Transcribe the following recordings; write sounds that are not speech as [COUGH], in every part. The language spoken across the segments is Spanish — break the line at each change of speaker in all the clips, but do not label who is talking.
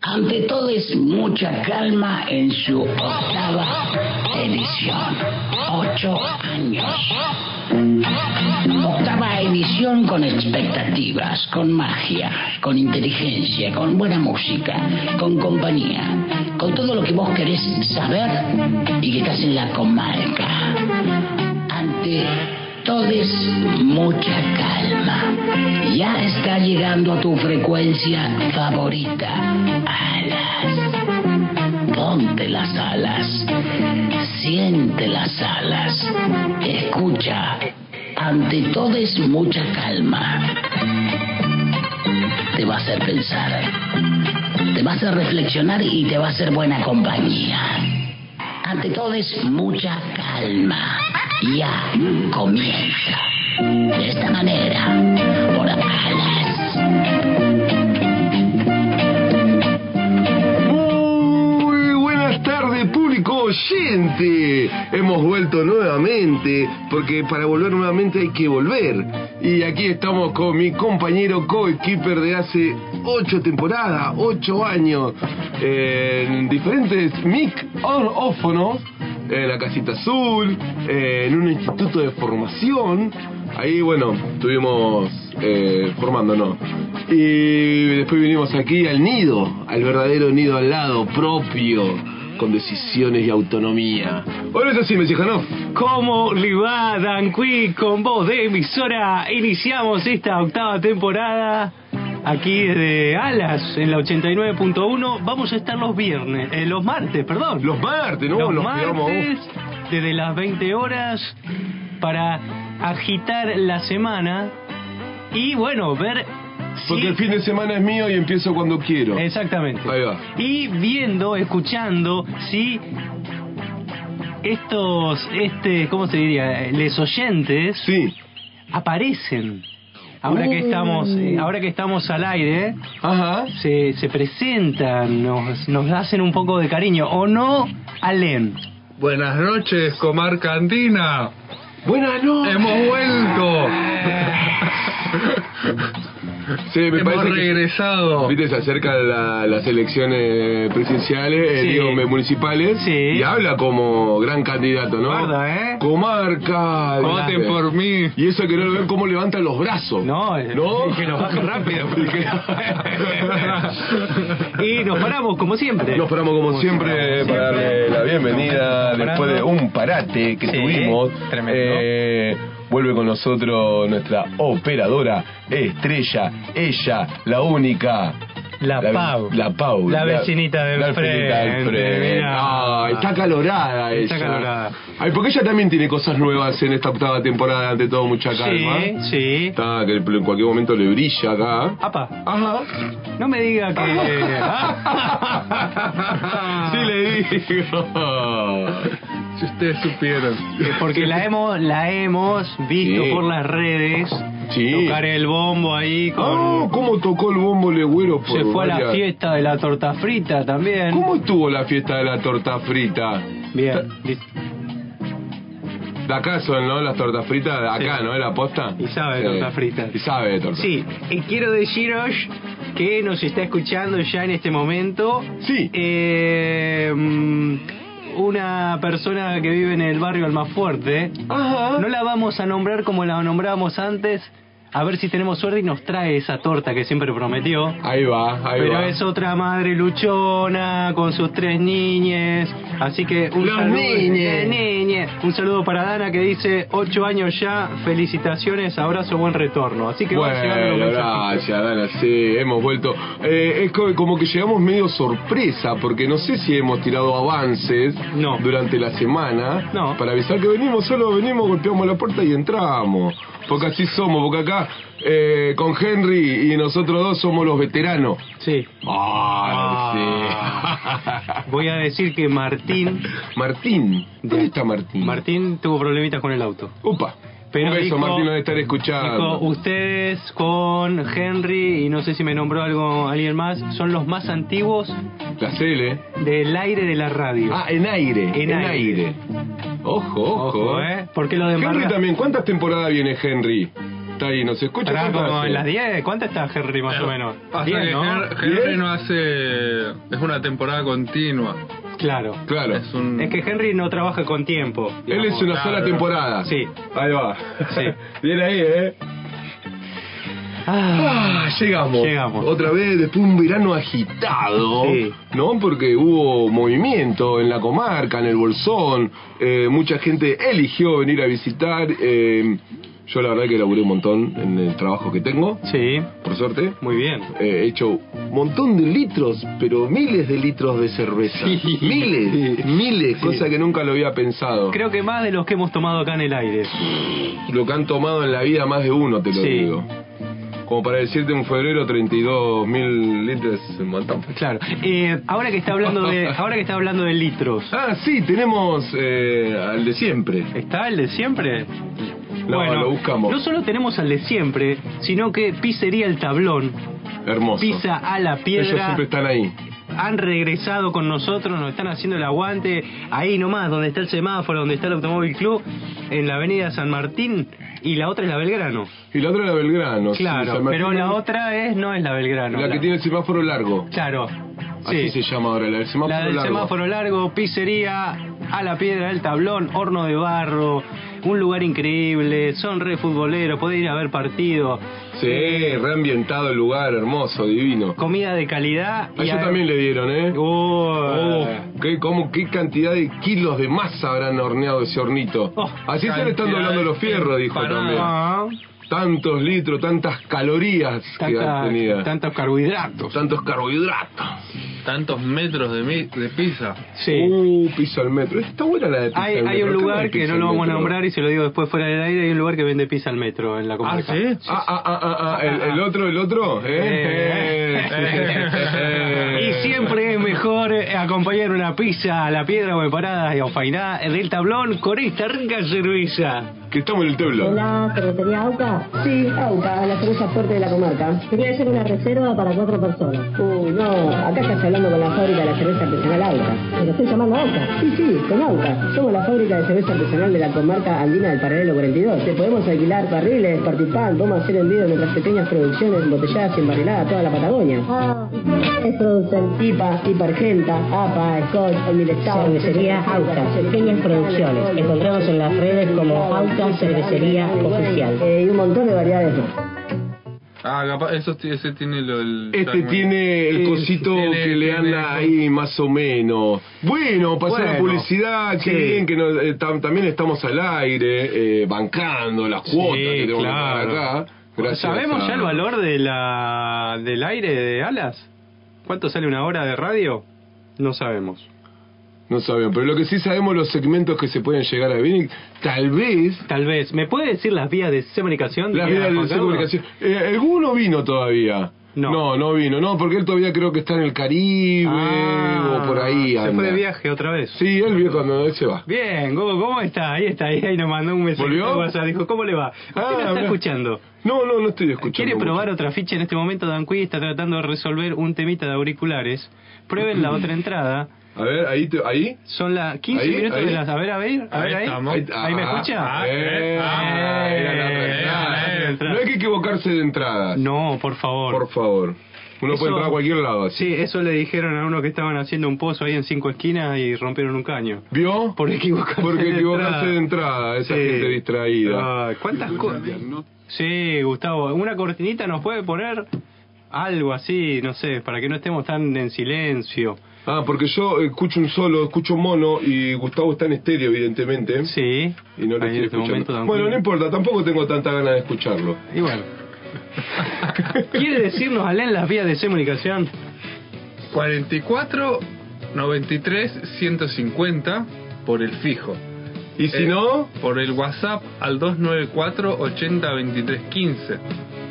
Ante todo es mucha calma en su octava edición. Ocho años. Octava edición con expectativas, con magia, con inteligencia, con buena música, con compañía, con todo lo que vos querés saber y que estás en la comarca. Ante todes mucha calma. Ya está llegando a tu frecuencia favorita. Alas. Ponte las alas. Siente las alas. Escucha. Ante todes mucha calma. Te va a hacer pensar. Te va a hacer reflexionar y te va a hacer buena compañía. Ante todes mucha calma ya comienza. De esta manera, por alas.
Muy buenas tardes, público oyente. Hemos vuelto nuevamente, porque para volver nuevamente hay que volver. Y aquí estamos con mi compañero co-equiper de hace ocho temporadas, ocho años, en diferentes micrófonos en eh, la casita azul, eh, en un instituto de formación. Ahí, bueno, estuvimos eh, formándonos. Y después vinimos aquí al nido, al verdadero nido al lado, propio, con decisiones y autonomía. Bueno, eso sí, Mesijanov.
Como le va, Dan Quick? Con voz de emisora, iniciamos esta octava temporada aquí desde Alas en la 89.1. Vamos a estar los viernes, eh, los martes, perdón.
Los martes, ¿no?
Los, los martes, desde las 20 horas para agitar la semana y bueno, ver
porque sí. el fin de semana es mío y empiezo cuando quiero.
Exactamente.
Ahí va.
Y viendo, escuchando, si estos, este, ¿cómo se diría? Les oyentes
sí.
aparecen ahora que estamos eh, ahora que estamos al aire
Ajá.
Se, se presentan nos, nos hacen un poco de cariño o no Alem
buenas noches comarca andina
buenas noches
hemos vuelto
Sí, me
Hemos
parece
regresado.
Que, viste, se acercan la- las elecciones presidenciales, eh,
Sí.
digo, me- municipales,
Sí.
y habla como gran candidato, ¿no?
Guarda, ¿eh?
Comarca.
Voten
¿viste?
por mí.
Y eso que no lo ven cómo levantan los brazos.
No, eh,
¿No?
que nos baja rápido.
[LAUGHS] Porque-
[LAUGHS] [LAUGHS] y nos paramos como siempre
Nos paramos como siempre para darle la bienvenida después de un parate que
Sí,
tuvimos.
tremendo.
Eh, vuelve con nosotros nuestra operadora estrella, ella, la única.
La Pau.
La Pau.
La vecinita del
la vecinita del
frente,
frente.
mirá.
Ay, está calorada ella.
Está calorada.
Ay, porque ella también tiene cosas nuevas en esta octava temporada, ante todo, mucha calma.
sí sí
Está que en cualquier momento le brilla acá.
apa
Ajá.
no me diga que
Ah.
[LAUGHS]
Sí le digo.
Si ustedes supieran.
Eh, porque la hemos la hemos visto
Sí.
por las redes
Sí.
tocar el bombo ahí con
Ah, ¿Cómo tocó el bombo legüero? por
se fue a la
varias-
fiesta de la torta frita también
¿Cómo estuvo la fiesta de la torta frita?
Bien. Di-
De acá son, ¿no? Las tortas fritas de acá,
Sí.
¿no? ¿Era posta?
Y sabe de tortas fritas.
Y sabe de torta.
Sí, y quiero deciros que nos está escuchando ya en este momento.
Sí.
eh, mm, una persona que vive en el barrio Almafuerte.
Ajá.
No la vamos a nombrar como la nombrábamos antes. A ver si tenemos suerte y nos trae esa torta que siempre prometió.
Ahí va, ahí
Pero
va.
es otra madre luchona con sus tres niñes. Así que un
Los
saludo.
niñes.
Eh, niñe. Un saludo para Dana que dice ocho años ya. Felicitaciones, abrazo, buen retorno. Así que van llegando los
Bueno,
mensajitos.
gracias, Dana. Sí, hemos vuelto. Eh, es co- como que llegamos medio sorpresa, porque no sé si hemos tirado avances
No.
durante la semana
No.
para avisar que venimos, solo venimos, golpeamos la puerta y entramos. Porque así somos, porque acá eh, con Henry y nosotros dos somos los veteranos.
Sí.
Ah,
Voy a decir que Martín.
sí. [LAUGHS] Martín, ¿dónde está Martín?
Martín tuvo problemitas con el auto.
Upa.
Pero
Un beso,
dijo-
Martín, de estar escuchando.
Dijo, ustedes con Henry y no sé si me nombró algo alguien más, son los más antiguos
La Cele.
del aire de la radio.
Ah, en aire.
En
En,
aire.
aire. Ojo, ojo.
Ojo, ¿eh? Porque lo de
Henry
embarrar-
también, ¿cuántas temporadas viene Henry? Está ahí, nos escucha.
Estará
¿cuánto
como
hace?
en las 10. ¿Cuánto está Henry más o menos?
Ah,
Pasa
10,
que
¿no?
Her- Henry
¿Diez?
no hace. Es una temporada continua.
Claro.
Claro.
Es un.
Es que Henry no trabaja con tiempo.
Él es
digamos.
una
claro.
sola temporada.
Sí.
Ahí va. [LAUGHS]
Sí.
Bien ahí, ¿eh?
Ah,
Ah, llegamos.
Llegamos.
Otra vez después un verano agitado,
Sí.
¿no? Porque hubo movimiento en la comarca, en el Bolsón. eh, mucha gente eligió venir a visitar. eh, yo la verdad que laburé un montón en el trabajo que tengo,
sí,
por suerte.
muy bien.
Eh, He hecho un montón de litros, pero miles de litros de cerveza.
Sí.
Miles, miles,
Sí.
cosa que nunca lo había pensado.
Creo que más de los que hemos tomado acá en el aire.
Lo que han tomado en la vida más de uno, te lo
Sí.
digo. Como para decirte en febrero 32 mil litros es un montón.
Claro. Eh, ahora que está hablando
[LAUGHS]
de, ahora que está hablando de litros,
Ah, sí, tenemos eh, al de siempre.
¿está el de siempre?
No,
bueno,
lo buscamos.
no solo tenemos al de siempre, sino que Pizzería El Tablón,
Hermoso.
Pizza a la
Ellos
Piedra,
siempre están ahí.
han regresado con nosotros, nos están haciendo el aguante, ahí nomás, donde está el semáforo, donde está el Automóvil Club, en la avenida San Martín, y la otra es la Belgrano.
Y la otra era Belgrano. sí,
Claro,
San Martín,
pero la otra es no es la Belgrano.
La que tiene el semáforo largo.
Claro.
Así se llama ahora, la del semáforo
La del
largo.
semáforo largo, pizzería, a la piedra del tablón, horno de barro, un lugar increíble, son re futboleros, podés ir a ver partido,
Sí, reambientado el lugar, hermoso, divino.
comida de calidad.
A
y
ellos
a-
también le dieron, ¿eh?
Uy.
Oh, qué, cómo, qué cantidad de kilos de masa habrán horneado ese hornito.
Oh,
Así se le están
cantidad
doblando
de
los fierros, dijo también.
empanadas.
Ah,
Tantos litros, tantas calorías que
tanta-
han tenido.
tantos carbohidratos.
Tantos carbohidratos.
Tantos metros de, mi- de pizza.
Sí.
Uh, este piso al metro. Está buena la de piso
Hay,
al
hay
metro.
un
Acá
lugar
hay
que
piso
no
al
lo vamos a
metro.
nombrar y se lo digo después fuera del aire, hay un lugar que vende pizza al metro en la comarca.
Ah, ah, ah, ah, ah, el, el otro, el otro. ¿eh?
[LAUGHS] Eh.
[LAUGHS] Eh.
Y siempre es mejor eh, acompañar una pizza a la piedra o en paradas de Ofainá del tablón con esta rica cerveza.
Que estamos en el tablón.
Hola, ¿cervecería AUCA? Sí, AUCA, la cerveza fuerte de la comarca. Quería hacer una reserva para cuatro personas. Uy, no, acá estás hablando con la fábrica de la cerveza artesanal AUCA. ¿Pero estoy llamando a AUCA? Sí, sí, con AUCA. Somos la fábrica de cerveza artesanal de la comarca andina del Paralelo 42. Te podemos alquilar barriles, participar, vamos a hacer envío de nuestras pequeñas producciones embotelladas y embarriladas a toda la Patagonia. Ah, es producen IPA, IPA Argenta, APA, Scotch, Omilestado.
Cervecería Aucas, pequeñas producciones. Encontramos en las redes como Aucas Cervecería Oficial.
Eh, y un montón de variedades más.
Ah, capaz. Eso, ti- ese tiene lo del.
Este
Jackman.
tiene el
Sí,
cosito
tiene-
que le
tiene el-
anda ahí más o menos. Bueno, pasó la
Bueno,
publicidad, qué
sí.
bien que nos- eh, tam- también estamos al aire, eh, bancando las cuotas que tenemos que pagar
claro.
acá. Gracias
¿Sabemos
a-
ya el valor de la del aire de Alas? ¿Cuánto sale una hora de radio? No sabemos.
No sabemos, pero lo que sí sabemos los segmentos que se pueden llegar a venir, tal vez
Tal vez. ¿Me puede decir las vías de comunicación?
las vías de comunicación. Eh, ¿Alguno vino todavía?
No.
no, no vino, no, porque él todavía creo que está en el Caribe o por ahí.
Ah, Se
anda.
fue de viaje otra vez.
Sí, él vio cuando él se va.
Bien, Gogo, ¿cómo está? Ahí está, ahí, ahí nos mandó un mensaje.
¿Volvió?
por WhatsApp, dijo, ¿cómo le va? ¿Usted
Ah,
no está
mirá.
escuchando?
No, no, no estoy escuchando.
¿Quiere
mucho.
probar otra ficha en este momento? Dan Cui está tratando de resolver un temita de auriculares. Prueben la otra entrada.
A ver, ahí, te- ahí.
Son las 15
Ahí,
minutos
ahí.
de las... A ver, a ver, a
Ahí
ver, ahí.
estamos.
Ahí,
¿Ahí me
ah,
escucha?
ah, eh,
Eh,
ah, era la otra
eh,
entrada.
era la otra
No hay que equivocarse de entradas,
No, por favor.
por favor. Uno
Eso-
puede entrar a cualquier lado. así.
Sí, eso le dijeron a uno que estaban haciendo un pozo ahí en cinco esquinas y rompieron un caño.
¿Vio?
Por equivocarse
Porque
[LAUGHS] de
equivocarse de entrada,
entrada.
esa
Sí. Ah.
gente distraída.
Ay, ¿Cuántas cosas? Sí, Gustavo, una cortinita nos puede poner algo así, no sé, para que no estemos tan en silencio.
Ah, porque yo escucho un solo, escucho un mono y Gustavo está en estéreo, evidentemente.
Sí.
Y no lo
ahí en
estoy
este momento
escuchando.
Dan
Bueno,
Quinn.
no importa, tampoco tengo tanta ganas de escucharlo.
Y bueno. ¿Quiere decirnos, Alén, las vías de comunicación?
44, 93, 150 por el fijo.
Y si
Eh,
no,
Por el WhatsApp al 294 80 23 15.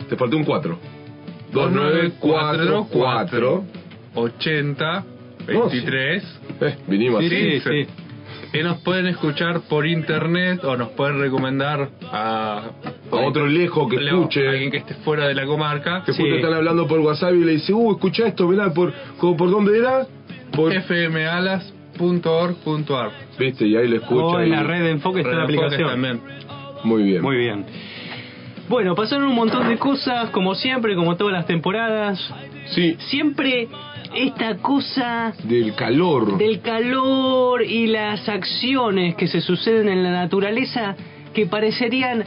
te faltó un 4.
2944 80 23.
Eh, vinimos
Sí,
así.
sí, sí. Y nos pueden escuchar por internet o nos pueden recomendar a,
A otro lejos que
le-
escuche.
a alguien que esté fuera de la comarca.
Que
Sí.
justo están hablando por WhatsApp y le dice, uh, escucha esto, mirá, por, como por dónde era, por...
fmalas.org.ar.
Viste, y ahí le escucha.
O en
y-
la red de enfoque está la
Redefoques
aplicación.
también.
Muy bien.
Muy bien. Bueno, pasaron un montón de cosas, como siempre, como todas las temporadas.
Sí,
Siempre esta cosa
del calor.
del calor y las acciones que se suceden en la naturaleza que parecerían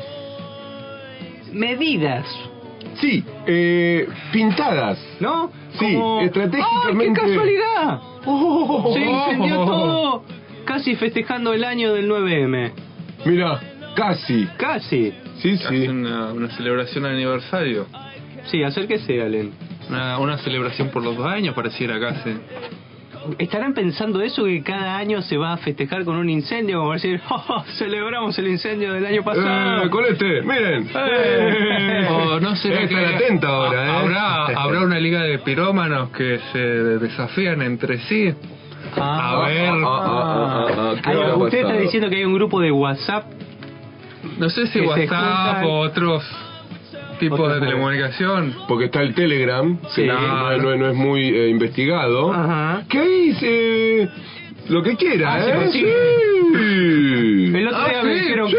medidas,
Sí, eh, pintadas.
¿no?
Sí,
¡Ay, qué
estratégicamente-
casualidad!
Oh,
Se incendió todo, casi festejando el año del 9M.
Mira, casi.
Casi.
Sí,
Hace
sí.
una, una celebración de aniversario.
Sí, acérquese, Allen.
Una, una celebración por los dos años, pareciera casi.
¿Estarán pensando eso que cada año se va a festejar con un incendio? Como decir, [LAUGHS] "Oh, oh, celebramos el incendio del año pasado.
Eh, con este, miren.
Eh.
[LAUGHS]
Oh,
O no será
Están
que-
atentos ahora,
ha-
¿eh?
Habrá, habrá una liga de pirómanos que se desafían entre sí.
Ah.
a ver.
Ah, ah, ah, ah, ¿qué
Ay,
habrá
usted está
pasado?
diciendo que hay un grupo de WhatsApp.
No sé si
Que se
WhatsApp
juntan-
o otros tipos
Otras
de telecomunicación.
Porque está el Telegram, que
Sí. Ah.
no, no- no es muy eh, investigado.
Ajá.
¿Qué dice? lo que quiera,
Ah,
¿eh?
sí,
Sí.
El otro día me
Ah, sí,
dijeron
sí.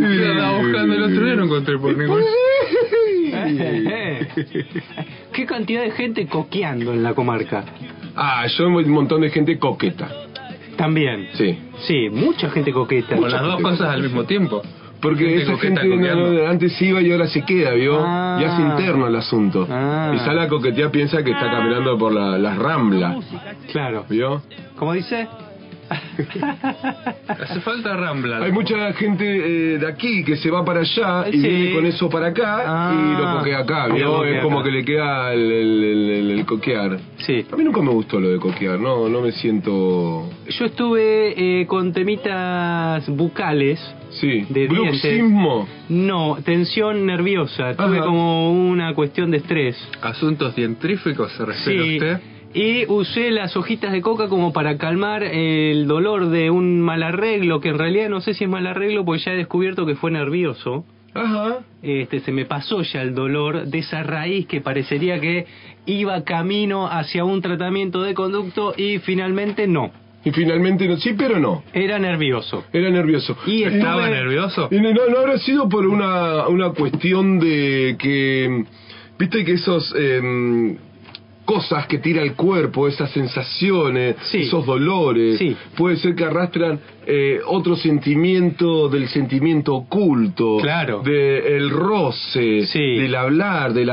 Yo andaba buscando el otro día y no encontré por ningún- [LAUGHS]
Sí.
¿Qué cantidad de gente coqueando en la comarca?
Ah, yo un montón de gente coqueta.
También.
Sí.
Sí, mucha gente coqueta.
O las dos cosas al mismo tiempo.
Porque
Gente
esa
coqueta
gente no-
coqueando.
no, antes iba y ahora se queda, ¿vio?
Ah.
Y hace interno el asunto.
Ah.
Y sale a coquetear, piensa que
Ah.
está caminando por la- las ramblas,
Claro.
¿vio?
¿Cómo dice?
Hace falta Rambla.
Hay mucha gente eh, de aquí que se va para allá y
Sí.
viene con eso para acá y
Ah.
lo coquea acá,
Y lo
¿vio?
coquea
Es como
acá.
que le queda el, el- el- el- el coquear.
Sí.
A mí nunca me gustó lo de coquear, no, no me siento...
Yo estuve eh, con temitas bucales.
Sí,
De
bruxismo.
No, tensión nerviosa. Tuve
Ajá.
como una cuestión de estrés.
Asuntos científicos se refiere
Sí.
usted.
Y usé las hojitas de coca como para calmar el dolor de un mal arreglo, que en realidad no sé si es mal arreglo porque ya he descubierto que fue nervioso.
Ajá.
Este, se me pasó ya el dolor de esa raíz que parecería que iba camino hacia un tratamiento de conducto y finalmente no.
Y finalmente, no, sí, pero no.
Era nervioso.
Era nervioso.
Y
¿Estaba
estuve-
nervioso?
Y no, no- no habrá sido por una, una cuestión de que, viste que esos em, cosas que tira el cuerpo, esas sensaciones,
Sí.
esos dolores,
Sí.
puede ser que arrastran eh, otro sentimiento del sentimiento oculto,
Claro.
del roce,
Sí.
del hablar, del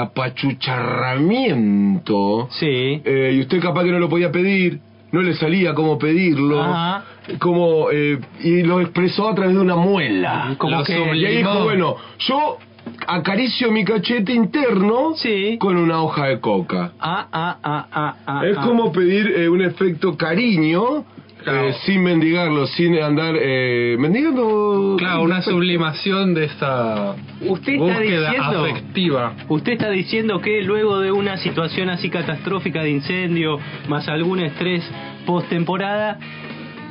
apachucharramiento.
Sí.
Eh, y usted capaz que no lo podía pedir, no le salía cómo pedirlo,
Ajá.
como eh, y lo expresó a través de una muela.
Como
Lo
que-
sublimó. y ahí dijo, bueno, yo acaricio mi cachete interno
Sí.
con una hoja de coca.
Ah, ah, ah, ah, ah,
es
ah.
como pedir eh, un efecto cariño.
Claro.
eh, sin mendigarlo, sin andar eh, mendigando.
Claro, una sublimación de esa
¿Usted está
búsqueda
diciendo?
afectiva.
Usted está diciendo que luego de una situación así catastrófica de incendio, más algún estrés post-temporada,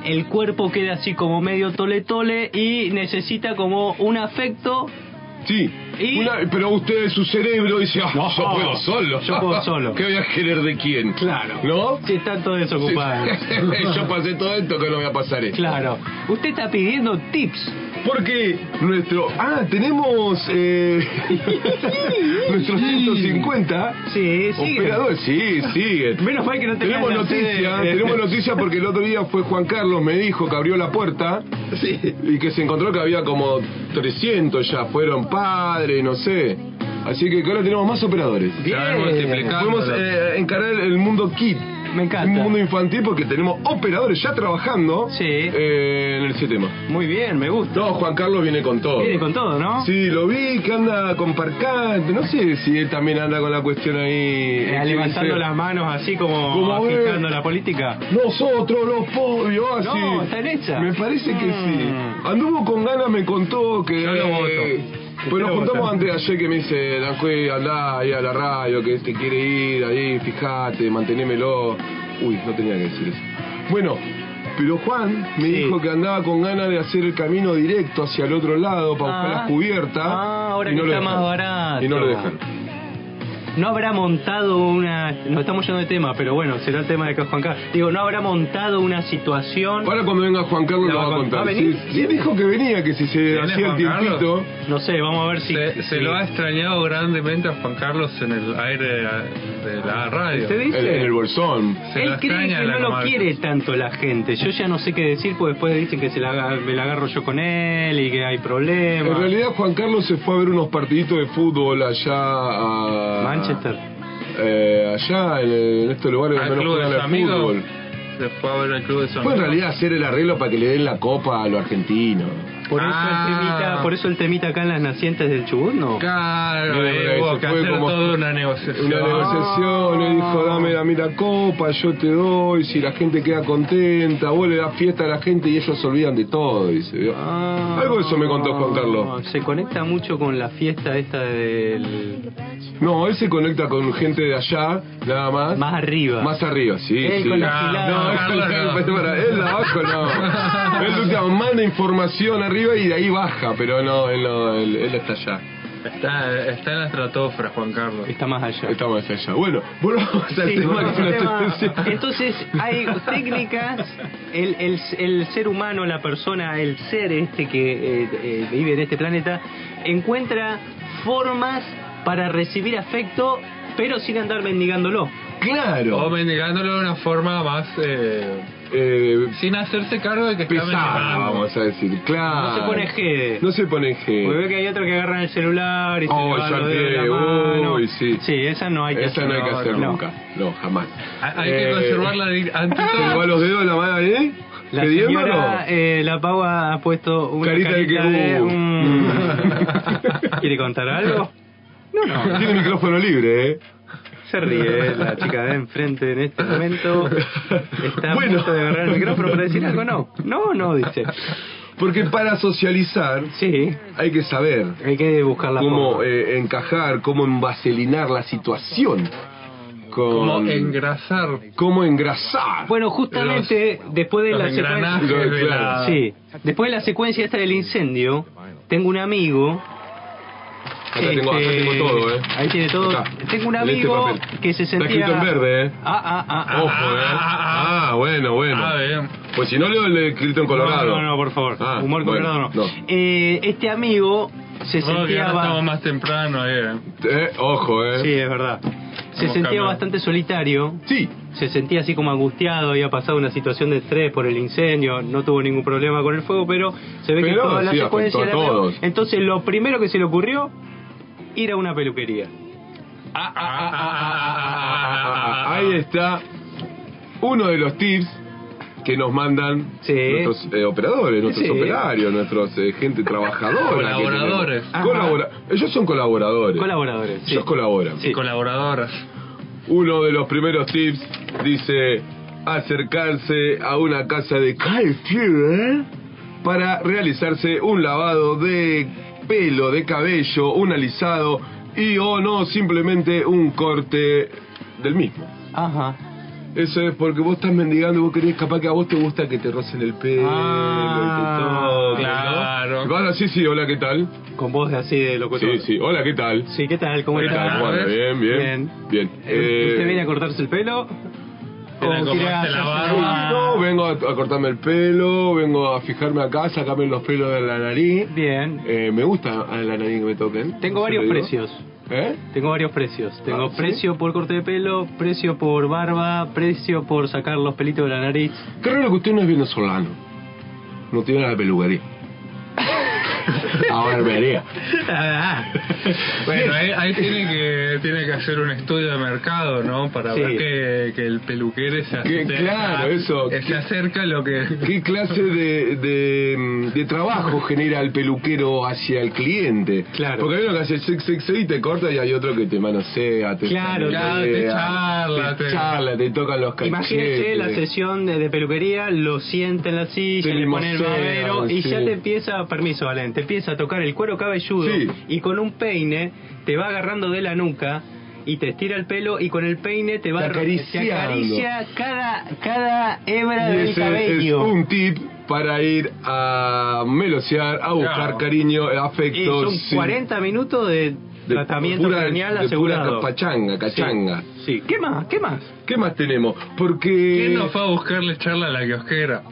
el cuerpo queda así como medio tole-tole y necesita como un afecto.
Sí.
Y-
Una- pero usted, su cerebro, dice: "Ah,
No,
Yo puedo solo.
yo puedo
[LAUGHS]
solo.
¿Qué voy a querer de quién?
Claro.
¿No?
Si está todo desocupado.
[LAUGHS] Yo pasé todo esto que no voy a
[LAUGHS]
pasar esto.
Claro. Usted está pidiendo tips.
Porque nuestro. Ah, tenemos. Eh, [LAUGHS] nuestro 150.
Sí, sí.
Operador, sí, sigue.
Menos mal que no tenía
Tenemos
la sede-
noticias, tenemos noticias porque el otro día fue Juan Carlos, me dijo que abrió la puerta y que se encontró que había como 300 ya, fueron padres, no sé. Así que ahora tenemos más operadores.
Se va multiplicando.
Podemos eh, encarar el mundo kit.
Me encanta.
Un mundo infantil porque tenemos operadores ya trabajando
Sí.
eh, en el sistema.
[LAUGHS] Muy bien, me gusta.
No, Juan Carlos viene con todo.
Viene con todo, ¿no?
Sí, lo vi que anda con parcante. No sé si él también anda con la cuestión ahí.
Eh,
eh,
levantando
que-
las manos así como,
Como, eh,
aplicando la política.
Nosotros los pollos, así.
No, está en Mm. esa.
Me parece que sí. Anduvo con ganas, me contó que.
Yo lo voto.
Pues nos
lo
juntamos
voto.
antes de ayer que me dice, Danjuy, andá ahí a la radio, que este quiere ir ahí, fijate, mantenémelo. Uy, no tenía que decir eso. Bueno, pero Juan me
Sí.
dijo que andaba con ganas de hacer el camino directo hacia el otro lado para buscar
Ah.
las cubiertas.
Ah, ahora
y
que
no lo
está más
dejaron.
barato.
Y no lo dejan.
no habrá montado una. Nos estamos yendo de tema, pero bueno, será el tema de que Juan Carlos. Digo, no habrá montado una situación.
Ahora cuando venga Juan Carlos
La
lo
va
va a
con-
contar.
¿Va a venir?
Sí, sí, dijo que venía, que si se
¿Viene
hacía el
Juan Carlos?
tiempito.
No sé, vamos a ver si.
Se, se
si-
lo ha extrañado grandemente a Juan Carlos en el aire de la, de la radio.
¿Usted
En,
dice?
en el bolsón.
Se
Él
lo
cree
extraña
que
la
no lo
comarca.
quiere tanto la gente. Yo ya no sé qué decir, porque después dicen que se la, haga- me la agarro yo con él y que hay problemas.
En realidad Juan Carlos se fue a ver unos partiditos de fútbol allá a...
Manchester.
Eh, allá en, en estos lugares
Al
donde no
club de
juegan
sus
al
amigos.
fútbol.
Se fue a ver el club de sus
Fue en
amigos.
realidad hacer el arreglo para que le den la copa a los argentinos.
Por,
Ah.
eso el temita, por eso el temita acá en las nacientes del Chubut, ¿no?
Claro,
Mira,
eh,
mira,
hubo
se
que
fue
hacer
como-
toda una
Una
negociación.
negociación, le dijo, dame a mí la copa, yo te doy, si la gente queda contenta, vos le das fiesta a la gente y ellos se olvidan de todo, dice. ¿vio?
Ah.
Algo de eso me contó Juan Carlos.
Se conecta mucho con la fiesta esta del...
No, él se conecta con gente de allá, nada más.
Más arriba.
Más arriba, sí.
Él
sí.
con la
Ah,
gilada.
no,
Carlos, no.
él, para, él abajo no.
[LAUGHS]
Él última manda información arriba y de ahí baja, pero no, él, no, él, él está allá.
Está, está en la estratosfera, Juan Carlos.
Está más allá.
Está más allá. Bueno, volvamos al
[LAUGHS] Sí,
tema
bueno,
que nos
el tema-
decía.
Entonces [LAUGHS] hay técnicas, el, el, el ser humano, la persona, el ser este que eh, eh, vive en este planeta, encuentra formas para recibir afecto, pero sin andar mendigándolo. Oh,
O
Claro.
mendigándolo de una forma más. Eh,
Eh,
sin hacerse cargo de que está
pesado,
mendigando.
vamos a decir, claro.
No se pone jede.
No se pone
Porque
G.
veo que hay otros que agarran el celular y se
Oh,
le van
ya
los dedos de la
te-
mano.
uy, sí.
esa no hay que
Esa no hay que
hacerla,
hacer
no.
nunca. No, jamás.
Ha- Hay
Eh,
que conservarla de- ante
¿Te va
todo.
los dedos de la mano, eh?
La
¿Te dieron o no?
señora, eh, la Paua ha puesto una
Carita
carita,
de que,
de,
uh.
mm. [LAUGHS] ¿Quiere contar algo? No, no.
Tiene micrófono libre, ¿eh?
Se ríe eh, la chica de enfrente en este momento. Está a
Bueno.
punto de agarrar el micrófono para decir algo. No, no, no, dice.
Porque para socializar
Sí,
hay que saber
hay que buscar la
cómo
forma.
eh, encajar, cómo envaselinar la situación. Con,
Como engrasar.
cómo engrasar.
Bueno, justamente después de
los
la
engranajes
secuencia-
de la-
Sí, después de la secuencia esta del incendio, tengo un amigo.
acá, tengo, acá
este,
tengo todo, ¿eh?
Ahí tiene todo.
Acá,
Tengo un
en este
amigo
papel.
que se
Está
sentía.
escrito en verde, ¿eh?
Ah, ah, ah, ah.
Ojo, ¿eh?
ah,
Ah, bueno, bueno.
Ah, bien.
Pues si no leo el escrito en colorado.
No, no, no, por favor.
Ah,
Humor
bueno,
colorado no.
no.
Eh, este amigo se
No, que
sentía.
ahora
ba-
estamos más temprano, eh.
Eh, ojo, ¿eh?
Sí, es verdad. Se
Hemos
sentía
cambiado.
bastante solitario.
Sí.
Se sentía así como angustiado, había pasado una situación de estrés por el incendio, no tuvo ningún problema con el fuego, pero se ve que
Pero
toda la
sí,
secuencia
afectó a
la-
todos.
Entonces lo primero que se le ocurrió, ir a una peluquería.
Ah, ah, ah, ah, ah, ah, ah, ah, ah.
Ahí está uno de los tips que nos mandan
Sí.
nuestros eh, operadores, nuestros
Sí.
operarios, nuestros eh, gente trabajadora. que
Colaboradores.
tenemos.
Ajá.
Colabora- Ellos son colaboradores.
Colaboradores. sí.
Ellos colaboran.
Sí.
Colaboradoras.
Uno de los primeros tips dice acercarse a una casa de Carrefour para realizarse un lavado de pelo, de cabello, un alisado y o no simplemente un corte del mismo.
Ajá.
Eso es porque vos estás mendigando y vos querés capaz que a vos te gusta que te rocen el pelo
Ah,
y te toquen, ¿no?
claro.
Y vos ahora sí, sí, hola, ¿qué tal?
Con voz de así de locutor.
Sí, sí, hola, ¿qué tal?
Sí, ¿qué tal? ¿Cómo
¿Qué
estás?
tal?
Bueno, bien, bien,
Bien.
bien.
Eh, ¿Usted
Eh,
viene a cortarse el pelo?
Te la
¿O quiere
comaste la
hacerse-
barba.
No, vengo a, a cortarme el pelo, vengo a fijarme acá, sacarme los pelos de la nariz.
Bien.
Eh, me gusta a la nariz que me toquen.
Tengo
¿se lo
varios
digo?
precios.
¿Eh?
Tengo varios precios. Tengo
Ah, ¿sí?
precio por corte de pelo, precio por barba, precio por sacar los pelitos de la nariz.
Qué raro que usted no es venezolano. No tiene la
[LAUGHS]
peluquería. a barbería.
Bueno, ahí, ahí tiene que tiene que hacer un estudio de mercado, ¿no? Para
Sí.
ver que, que el peluquero se
Que,
acerca,
claro, eso,
se
que-
acerca a lo que
¿Qué clase de, de, mm, de trabajo genera el peluquero hacia el cliente?
Claro.
Porque hay uno que hace six, six, six y te corta y hay otro que te manosea, te
Claro,
zarandea,
claro, te charla,
te,
te-
charla, te tocan los cachetes.
Imagínese la sesión de, de peluquería, lo sienta en la silla,
Te
le pone el
limosea,
barbero y
sí.
ya te empieza, permiso, Valen, te empieza a tocar el cuero cabelludo
Sí.
y con un peine te va agarrando de la nuca y te estira el pelo y con el peine te va
Te
ro-
acariciando.
te acaricia cada cada hebra
Y ese
del
es
cabello.
un tip para ir a melosear, a buscar
Claro.
cariño,
Y
afecto.
son
sí.
40 minutos de Tratamiento
pura-
craneal
de pura
asegurado.
pachanga, cachanga.
Sí. ¿Qué más? ¿Qué más?
¿Qué más tenemos? Porque...
¿Quién nos fue a buscarle charla a la kiosquera?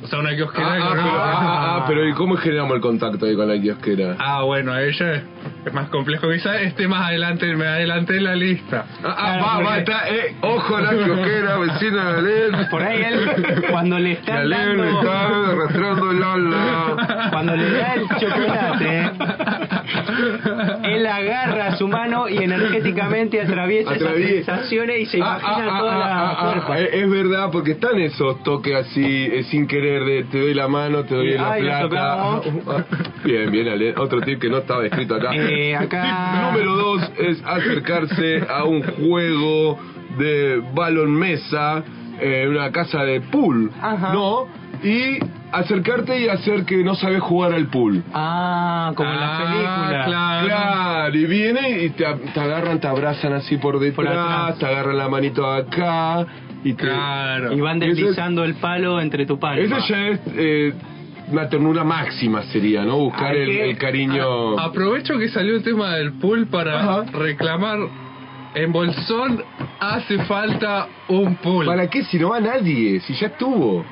O sea, una kiosquera
Ah,
que
ah,
no-
ah, ah, ah, pero ¿y cómo generamos el contacto ahí con la kiosquera?
Ah, bueno, ella es- es más complejo. Quizás esté más adelante, me adelanté en la
[LAUGHS]
lista.
Ah, ah,
Claro,
va, va,
porque-
está, eh, ojo la kiosquera, vecina de Len.
Por
[LAUGHS]
ahí él, cuando le
La
están
Len
dando...
está arrastrando el
[LAUGHS]
ala.
Cuando le da el chocolate, él agarra su mano y energéticamente atraviesa
Atraviesa.
esas sensaciones y se
Ah, ah,
imagina
ah,
toda
ah,
la
ah,
cuerpo.
ah, es- es verdad, porque están esos toques así, eh, sin querer, de te doy la mano, te doy
Y,
la
ay, la
plata.
tocamos.
[LAUGHS] Bien, bien, Ale. Otro tip que no estaba escrito acá.
Eh, acá-
Tip número dos es acercarse a un juego de balón mesa en una casa de pool,
Ajá.
¿no? Y acercarte y hacer que no sabes jugar al pool.
Ah, como en las
Ah,
películas.
Claro.
Claro, y viene y te, te agarran, te abrazan así por detrás,
atrás.
te agarran la manito acá y te...
Claro.
Y van
Eso es-
deslizando el palo entre tu palma.
Eso ya es eh, una ternura máxima sería, ¿no? Buscar
Hay
el,
que-
el cariño...
Aprovecho que salió el tema del pool para
Ajá.
reclamar. En Bolsón hace falta un pool.
¿Para qué si no va nadie? Si ya estuvo.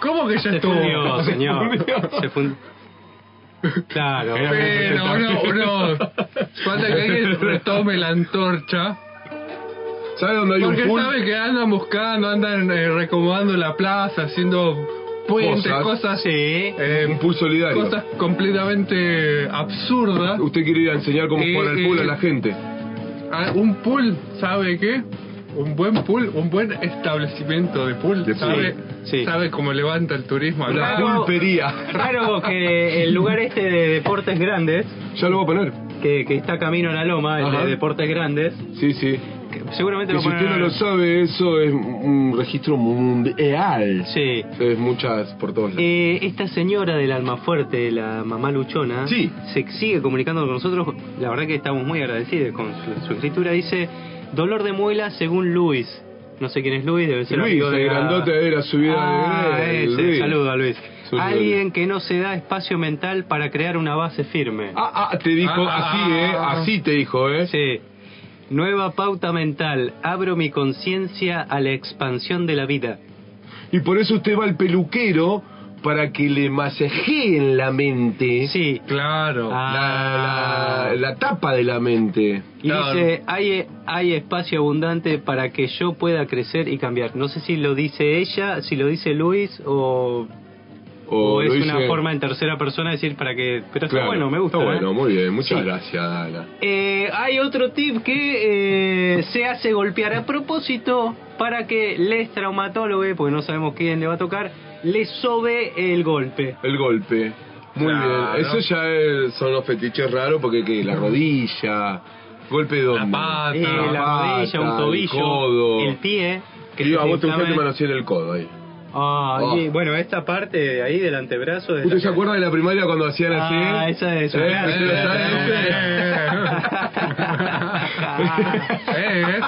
¿Cómo que ya
Se
[LAUGHS]
fundió,
estuvo?
señor.
fundió.
Se fun- Claro.
[LAUGHS]
Pero no, no. Falta que alguien retome la antorcha.
¿Sabes dónde hay
Porque
un pool?
sabe que andan buscando, andan eh, reacomodando la plaza, haciendo puentes,
Cosas.
cosas,
Sí.
eh,
Un pool solidario.
cosas completamente absurdas.
Usted quiere ir a enseñar cómo
Eh,
jugar al pool
eh,
a la gente.
Ah, Un pool, ¿sabe qué? Un buen pool, un buen establecimiento de pool,
De pool.
¿sabe?
Sí.
¿Sabe cómo levanta el turismo
La
acá?
Claro.
pulpería.
Raro que el lugar este de deportes grandes,
[LAUGHS] Ya lo voy a poner.
que, que está camino a la loma, el
Ajá.
de deportes grandes,
Sí, sí.
que seguramente
Que
lo
si
ponen...
usted no lo sabe, eso es un registro mundial.
Sí.
Es muchas por todos lados.
Eh, esta señora del Almafuerte, la mamá luchona,
Sí.
se sigue comunicando con nosotros. La verdad que estamos muy agradecidos con su, su escritura. Dice, dolor de muela según Luis. No sé quién es Luis, debe ser
Luis,
amigo de
el
la-
grandote de la subida
Ah,
de Grel,
ese,
Luis.
saludo a Luis.
Saludo a
Alguien
Luis.
que no se da espacio mental para crear una base firme.
Ah, ah, te dijo
Ah,
así, ¿eh?
ah.
Así te dijo, ¿eh?
Sí. Nueva pauta mental. Abro mi conciencia a la expansión de la vida.
Y por eso usted va al peluquero para que le masajeen la mente.
Sí.
Claro.
Ah.
La, la- la tapa de la mente.
Y
Claro.
dice, hay, hay espacio abundante para que yo pueda crecer y cambiar. No sé si lo dice ella, si lo dice Luis o, o es
lo
una
hice-
forma en tercera persona de decir para que... Pero está
Claro.
bueno, me gusta.
Está bueno,
¿eh?
muy bien. Muchas
Sí.
gracias, Dana.
Eh, hay otro tip que eh, se hace golpear a propósito para que les traumatólogo, porque no sabemos quién le va a tocar, le sobe el golpe.
El golpe. Muy
Claro.
bien. Eso ya es- son los fetiches raros porque ¿qué? la rodilla, golpe de
La
dónde?
pata.
Eh, la
pata,
rodilla, un
el
tobillo,
codo.
el pie.
Y
se
a vos te gusta
inflama.
que manoseen el codo ahí.
Ah,
Oh.
y, bueno, esta parte de ahí del antebrazo. de
¿Usted
la-
se acuerda de la primaria cuando hacían así?
Ah, esa es.
Eh,
claro.
¿usted lo
Eh, eh.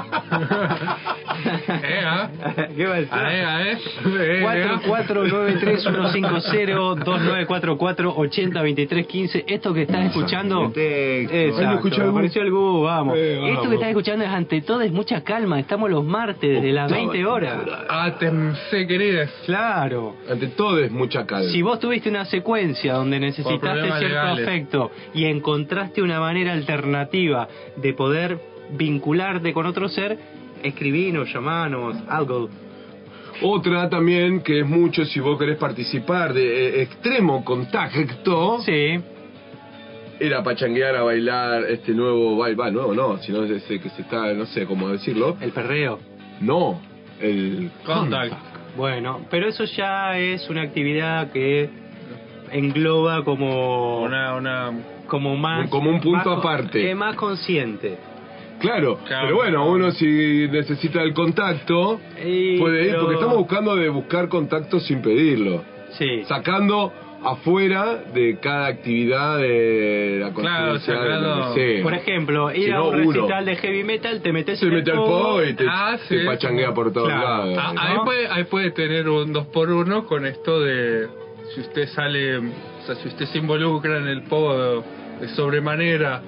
[LAUGHS]
Eh, ah.
¿Qué va a decir?
Ah, eh, ah, eh. Eh, ah.
4493-150-2944-802315. Esto que estás escuchando.
Ahí lo escuché
Exacto,
algo.
apareció el Gu, vamos.
Eh, vamos.
Esto que estás escuchando es ante todo es mucha calma. Estamos los martes desde las 20 horas.
Átense, queridas.
Claro.
Ante todo es mucha calma.
Si vos tuviste una secuencia donde
Por
necesitaste
problemas
cierto
legales.
afecto y encontraste una manera alternativa de poder vincularte con otro ser, escribinos, llamanos, algo.
Otra también que es mucho si vos querés participar de eh, extremo contacto,
Sí,
era pachanguear a bailar este nuevo baile, va, nuevo no, sino ese que se está, no sé cómo decirlo,
el perreo.
no, el
Contact.
Bueno, pero eso ya es una actividad que engloba como
Una, una.
como más
Como un punto
más-
aparte.
eh, más consciente.
Claro,
Claro.
pero bueno, uno si necesita el contacto,
Y-
puede ir,
pero-
porque estamos buscando de buscar contacto sin pedirlo,
Sí.
sacando afuera de cada actividad de la
Claro,
conciencia, de
sacando-
lo que sea.
Por ejemplo, este ir
Si
a
no,
un
uno.
recital de heavy metal, te metes
se
en
mete al povo y te,
Ah, sí.
te pachanguea por todos
Claro.
lados.
Ah,
¿no?
ahí, puede, ahí puede tener un 2 por 1 con esto de. Si usted sale. O sea, si usted se involucra en el povo de sobremanera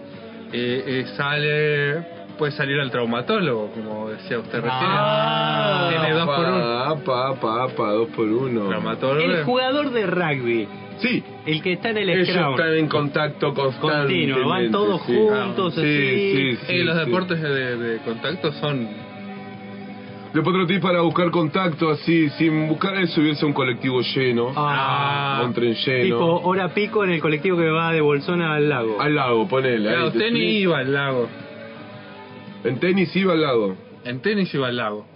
eh, eh, sale puede salir al traumatólogo, como decía usted recién.
Ah,
Tiene dos por uno.
Apa, apa, apa, dos por uno.
Traumatólogo.
El jugador de rugby,
Sí,
el que está en el
ellos
scrum.
están en contacto constante.
Continuo, van todos juntos,
sí,
así.
Sí, sí,
Eh, los
sí.
deportes de, de contacto son
Después otro tip para buscar contacto, así, sin buscar eso, hubiese un colectivo lleno,
Ah,
o un tren
tipo
lleno.
hora pico en el colectivo que va de Bolsón al lago.
Al lago, ponele.
Claro,
ahí,
usted ni
sí.
iba al lago.
En tenis iba al lago.
En tenis iba al lago.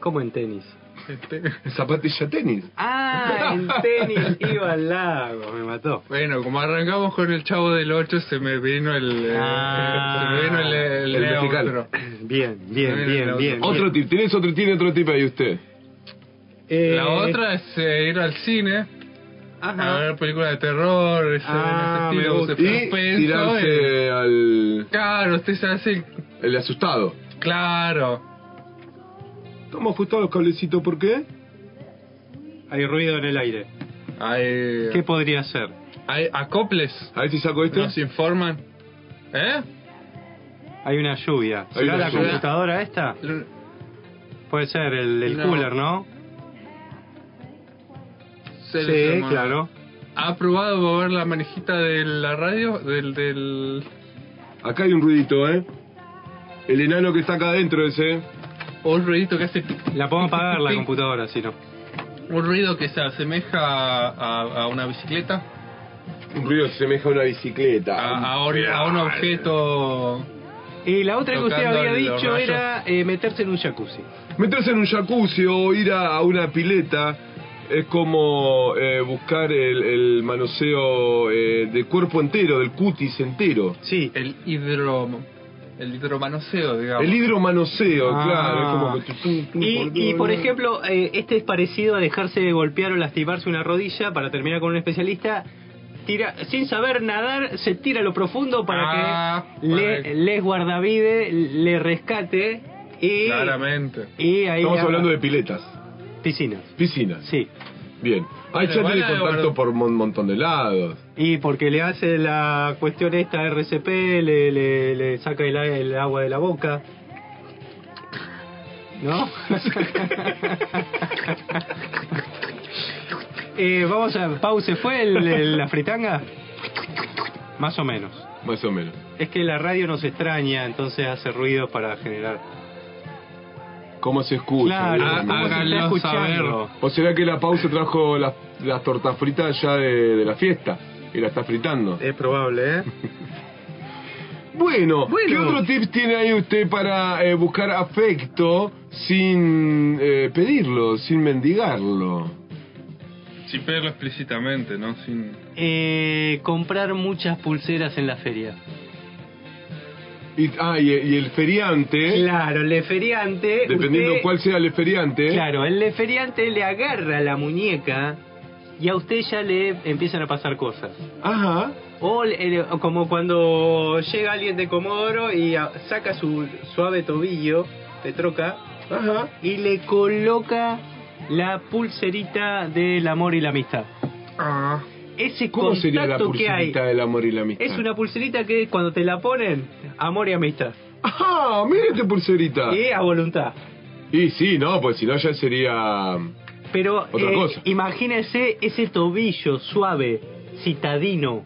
Como en tenis.
Este-
Zapatilla tenis.
Ah, en tenis iba al lago, me mató.
Bueno, como arrancamos con el chavo del 8, se me vino el. eh,
Ah.
se me vino el. el,
El
neutro.
mexicano.
Bien, bien, bien, bien.
Otro tip, ¿tenés otro, tiene otro tip ahí usted?
Eh,
La otra es eh, ir al cine
ajá.
a ver películas de terror, ese,
Ah,
ese
me
estilo,
gusta.
ese
Y
suspenso, eh.
tirarse al...
Claro, usted se hace.
el asustado.
Claro.
Estamos ajustados los cablecitos, ¿por qué?
Hay ruido en el aire.
Hay,
¿Qué podría ser?
hay acoples.
A ver si saco este.
Nos informan. ¿Eh?
Hay una lluvia.
Hay una
¿Será la
lluvia.
computadora esta? Puede ser el, el
No.
cooler, ¿no?
Se les
sí,
llama.
claro.
¿Ha probado mover la manijita de la radio? Del. del...
Acá hay un ruidito, ¿eh? El enano que está acá adentro ese.
Un ruidito que hace.
La podemos apagar la computadora, si no.
Un ruido que se asemeja a, a- a una bicicleta,
Un ruido que se semeja a una bicicleta.
a, a un, a un objeto.
Y la otra que usted
Tocando
había
los
dicho
rayos.
era eh, meterse en un jacuzzi.
Meterse en un jacuzzi o ir a, a una pileta es como eh, buscar el, el manoseo eh, del cuerpo entero, del cutis entero.
Sí.
El hidro. El hidromanoseo, digamos.
El hidromanoseo,
Ah.
claro. es como que tum, tum,
Y, y, por ejemplo, eh, este es parecido a dejarse golpear o lastimarse una rodilla para terminar con un especialista. Tira, sin saber nadar, se tira a lo profundo para
Ah,
que le,
para-
les guardavide, le rescate y,
Claramente.
y ahí
Estamos
haga
hablando de piletas,
piscinas.
piscinas.
Sí.
Bien. Hay
Bueno,
chats de
igual hay
contacto
varios-
por un montón de lados.
Y porque le hace la cuestión esta RCP, le, le, le saca el, a- el agua de la boca. ¿No? [LAUGHS] Eh, vamos a. Pau, ¿se fue el- el- la fritanga? Más o menos.
Más o menos.
Es que la radio nos extraña, entonces hace ruido para generar.
¿Cómo se escucha?
Claro,
Bien,
¿cómo se
bien.
está
háganlo
escuchando?
¿O será que la pausa trajo las, las tortas fritas ya de, de la fiesta? Y la está fritando.
Es probable, ¿eh?
Bueno,
Bueno.
¿qué otro tips tiene ahí usted para eh, buscar afecto sin eh, pedirlo, sin mendigarlo?
Sin pedirlo explícitamente, ¿no? Sin.
Eh, comprar muchas pulseras en la feria.
Y, ah, y, y el feriante,
Claro, el feriante.
¿Eh? dependiendo
usted-
cuál sea ¿eh? el feriante,
Claro, el leferiante le agarra la muñeca y a usted ya le empiezan a pasar cosas.
ajá,
O le- le- o como cuando llega alguien de Comodoro y a- saca su suave tobillo de troca
ajá.
y le coloca la pulserita del amor y la amistad.
Ah.
Ese
¿Cómo
contacto
sería la
que hay
pulserita del amor y la amistad?
es una pulserita que cuando te la ponen, amor y amistad.
¡Ah! ¡Mira esta pulserita!
Y a voluntad.
Y sí, no, pues si no ya sería...
Pero
Otra
eh,
cosa.
imagínese ese tobillo suave, citadino.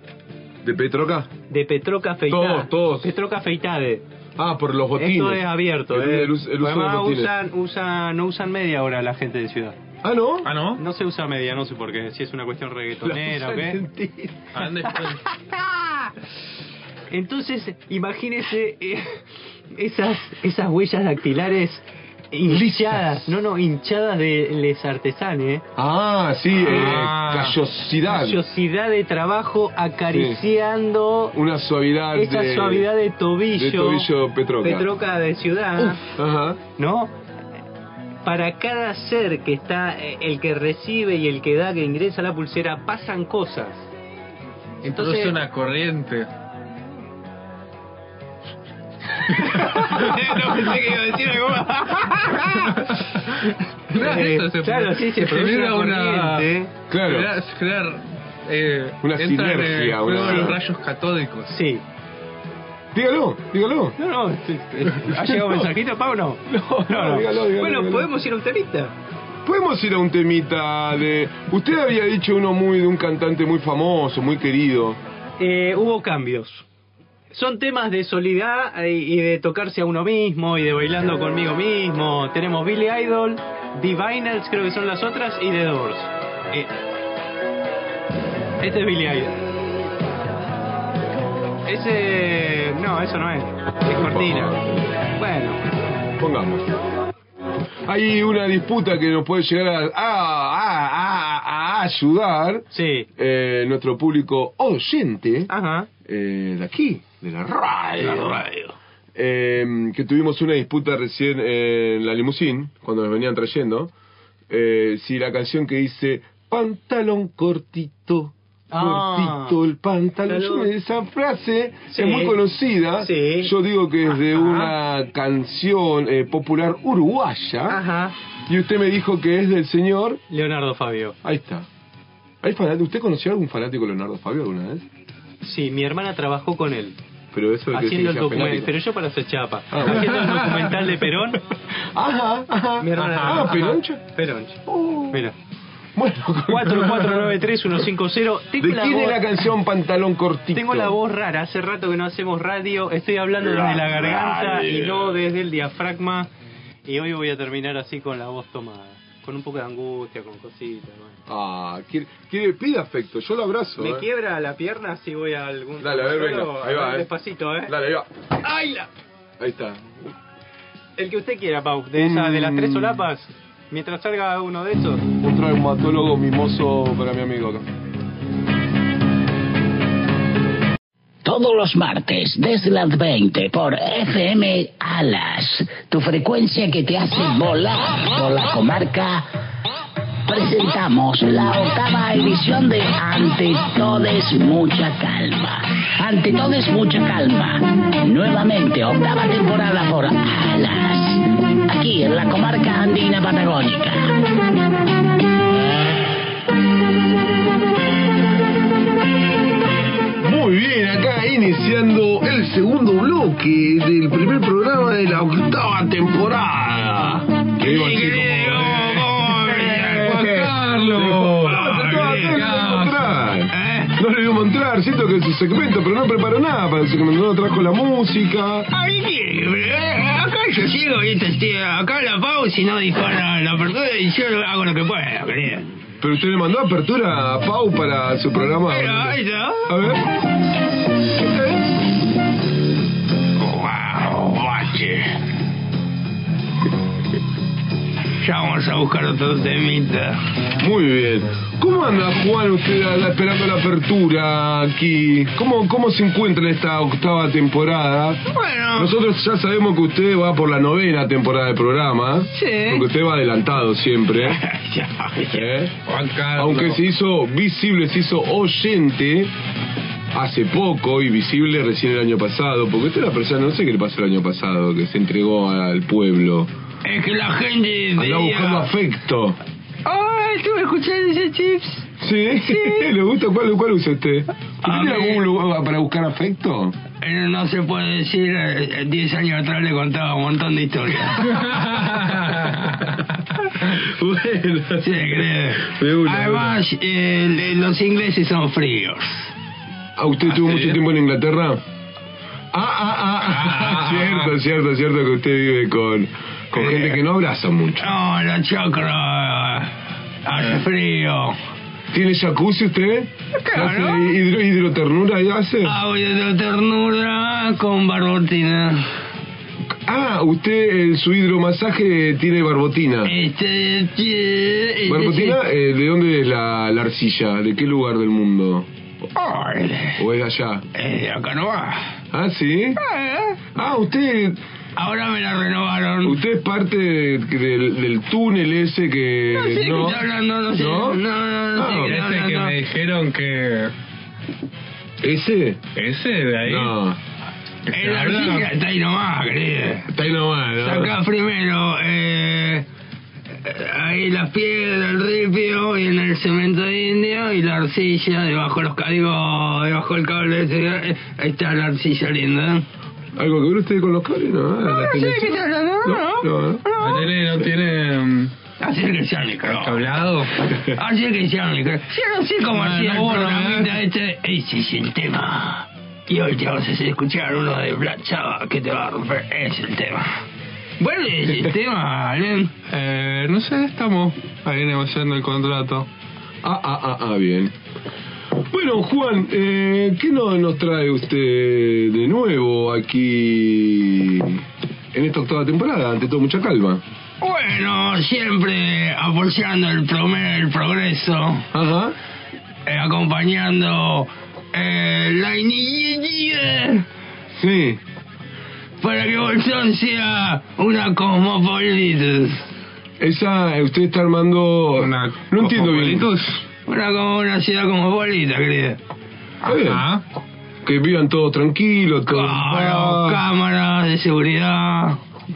¿De Petroca?
de Petroca Afeitade.
Todos, todos.
Petroca Afeitade.
Ah, por los botines.
Esto es abierto.
El-
eh.
el us- el uso de los
Además
botines.
usan, usan, no usan media ahora la gente de ciudad.
Ah, ¿no?
Ah, ¿no?
No se usa media, no sé por qué. Si es una cuestión reggaetonera o qué.
Ah, [LAUGHS] después.
Entonces, imagínese eh, esas, esas huellas dactilares hinchadas. No, no, hinchadas de les artesanes. eh.
Ah, sí,
Ah.
eh, callosidad.
Curiosidad de trabajo acariciando
Una suavidad
esa
de...
suavidad de tobillo.
de tobillo Petroca.
Petroca de ciudad.
Ajá.
¿no? Para cada ser que está, eh, el que recibe y el que da, que ingresa la pulsera, pasan cosas. Entonces,
Produce una corriente.
[LAUGHS] no pensé que iba a decir algo [LAUGHS] más.
Claro,
Eh,
eso se-
claro, sí, se produce
genera
una
una-
corriente.
Claro.
Crear, crear, eh,
Una
entran,
sinergia,
eh, juego
una-
los rayos catódicos.
Sí.
Dígalo, dígalo.
No, no, este, este, ¿ha llegado
No.
mensajito, Pau? No.
No, no, dígalo, dígalo,
Bueno,
dígalo.
podemos ir a un temita.
Podemos ir a un temita de... Usted había dicho uno muy de un cantante muy famoso, muy querido.
Eh, hubo cambios. Son temas de soledad eh, y de tocarse a uno mismo y de bailando conmigo mismo. Tenemos Billy Idol, Divinals creo que son las otras y The Doors. Eh, este es Billy Idol. Ese... No, eso no es. Es cortina. Bueno.
Pongamos. Hay una disputa que nos puede llegar a, a- a- a- a ayudar
Sí.
eh, nuestro público oyente
Ajá.
eh, de aquí, de la radio. Eh, que tuvimos una disputa recién en la limusín, cuando nos venían trayendo, eh, si la canción que dice pantalón cortito,
Ah.
cortito el pantalón,
Salud.
esa frase
Sí.
es muy conocida,
Sí.
yo digo que es de
Ajá.
una canción eh, popular uruguaya,
Ajá.
y usted me dijo que es del señor,
Leonardo Fabio.
ahí está. ¿Hay fanático? ¿Usted conoció a algún fanático de Leonardo Fabio alguna vez?
Sí, mi hermana trabajó con él.
Pero eso es lo que
haciendo el
se
documental. Pero yo para hacer chapa.
Ah, bueno.
haciendo el documental de Perón.
[LAUGHS] Ajá, ajá.
Mi hermana.
Ah,
ajá,
Peroncho.
Perón.
Oh. [LAUGHS]
Mira.
Bueno,
4493150.
¿De
Tengo, la
quién
voz-
es la canción Pantalón Cortito?
tengo la voz rara. Hace rato que no hacemos radio. Estoy hablando desde la garganta y no desde el diafragma. Y hoy voy a terminar así con la voz tomada. Con un poco de angustia, con cositas. bueno.
Ah, quiere, quiere- pide afecto, yo lo abrazo.
Me
eh.
quiebra la pierna si voy a algún.
Dale, a ver, venga.
Solo,
Ahí
a
va,
ver,
eh.
Despacito, ¿eh?
Dale, ahí va.
¡Ay, la-
Ahí está.
El que usted quiera, Pau. De, esa, de las tres
Mm.
solapas, mientras salga uno de esos.
Un traumatólogo mimoso para mi amigo acá.
Todos los martes, desde las 20, por FM Alas, tu frecuencia que te hace volar por la comarca, presentamos la octava edición de Ante Todes Mucha Calma. Ante Todes Mucha Calma, nuevamente octava temporada por Alas, aquí en la comarca andina patagónica.
Muy bien, acá iniciando el segundo bloque del primer programa de la octava temporada. Que digo así como-
Eh,
[LAUGHS]
Juan Carlos.
Dijo, "Ah, se acaba de encontrar". No lo iba a encontrar, siento que es su segmento, pero no preparó nada para el segmento, no trajo la música.
eh, Acá yo sigo, ¿viste? Este, Acá la pausa si no dijo la, la apertura y yo hago lo que pueda, querido.
Pero usted le mandó apertura a Pau para su programa.
Pero ahí está.
A ver.
¡Wow, bache! Ya vamos a buscar otro temita.
Muy bien. ¿Cómo anda Juan usted a la- esperando la apertura aquí? ¿Cómo, ¿Cómo se encuentra en esta octava temporada?
Bueno,
Nosotros ya sabemos que usted va por la novena temporada del programa.
Sí.
Porque usted va
[LAUGHS]
adelantado siempre. ¿eh?
Juan Carlos.
Aunque se hizo visible, se hizo oyente hace poco y visible recién el año pasado. Porque usted es una persona, no sé qué le pasó el año pasado, que se entregó al pueblo.
es que la gente
Andaba buscando
diría...
afecto.
¡Oh, estuve escuchando ese chips!
Sí, [LAUGHS] ¿le gusta? ¿Cuál, cuál usa usted? ¿Usted
A
tiene
mí-
algún lugar para buscar afecto?
Eh, No se puede decir, eh, 10 años atrás le contaba un montón de
[LAUGHS]
historias.
bueno.
Sí, creo.
De una, de una.
Además, eh, le- los ingleses son fríos.
¿A usted estuvo mucho tiempo en Inglaterra? Ah, ah, ah, ah.
Ah.
[LAUGHS] Cierto, cierto, cierto que usted vive con, con
Eh.
gente que no abraza mucho.
No, la chocra eh, hace frío.
¿Tiene jacuzzi usted?
Claro.
¿Hace hidro, hidroternura y hace?
Agua Ah, de ternura con barbotina.
Ah, usted en su hidromasaje tiene barbotina.
Este, este,
¿Barbotina? eh, ¿De dónde es la, la arcilla? ¿De qué lugar del mundo?
Ay,
¿O es de allá?
eh, acá no va.
Ah, sí.
Eh,
Ah, usted
Ahora me la renovaron.
usted es parte de- del, del túnel ese que...
No sé de qué está hablando, no sé.
¿No?
No, no, no sé
Ah,
qué está
Ese que
hablando.
me dijeron que.
¿Ese?
Ese de ahí.
No.
El arcilla está ahí nomás, querido.
Está ahí nomás, ¿no?
Sacás primero eh, eh, ahí las piedras, el ripio y en el cemento indio y la arcilla debajo de los ca- digo, debajo del cable ese, eh, ahí está la arcilla linda.
¿Algo que ver usted con los cables? No,
No,
la
no sé de qué
televisión.
está hablando, no,
No,
no.
no.
La
no.
tele no tiene mm,
Acérquese al micrófono.
hablado.
Acérquese al micrófono. Yo no sé cómo
Bueno,
hacía el
bueno,
programita este. Ese es el tema. Y hoy te vas a hacer escuchar uno de Black Sabbath que te va a romper. Es el tema. Bueno, es [LAUGHS] el tema, Alen.
Eh, no sé, estamos ahí negociando el contrato.
Ah, ah, ah, ah, bien. Bueno, Juan, eh, ¿qué no- nos trae usted de nuevo aquí en esta octava temporada? Ante todo, mucha calma.
Bueno, siempre apoyando el, prome- el progreso.
Ajá.
eh, acompañando eh, la iniciativa
Sí.
para que Bolsón sea una cosmopolita.
Esa, eh, usted está armando...
Una
no entiendo bien.
cosmopolitus.
Una, como una ciudad cosmopolita, querida.
Está Ah, bien.
Ah.
Que vivan todos tranquilos, todos...
Claro,
Ah,
cámaras de seguridad.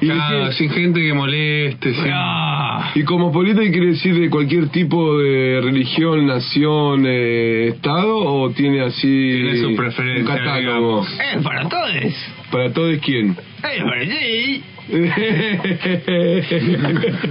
¿Y de
Claro,
qué?
sin gente que moleste, sin-
Claro.
Y cosmopolita quiere decir de cualquier tipo de religión, nación, eh, estado o tiene así
Tiene su preferencia,
un catálogo
Es para todos. Es
para todos quién.
para ti.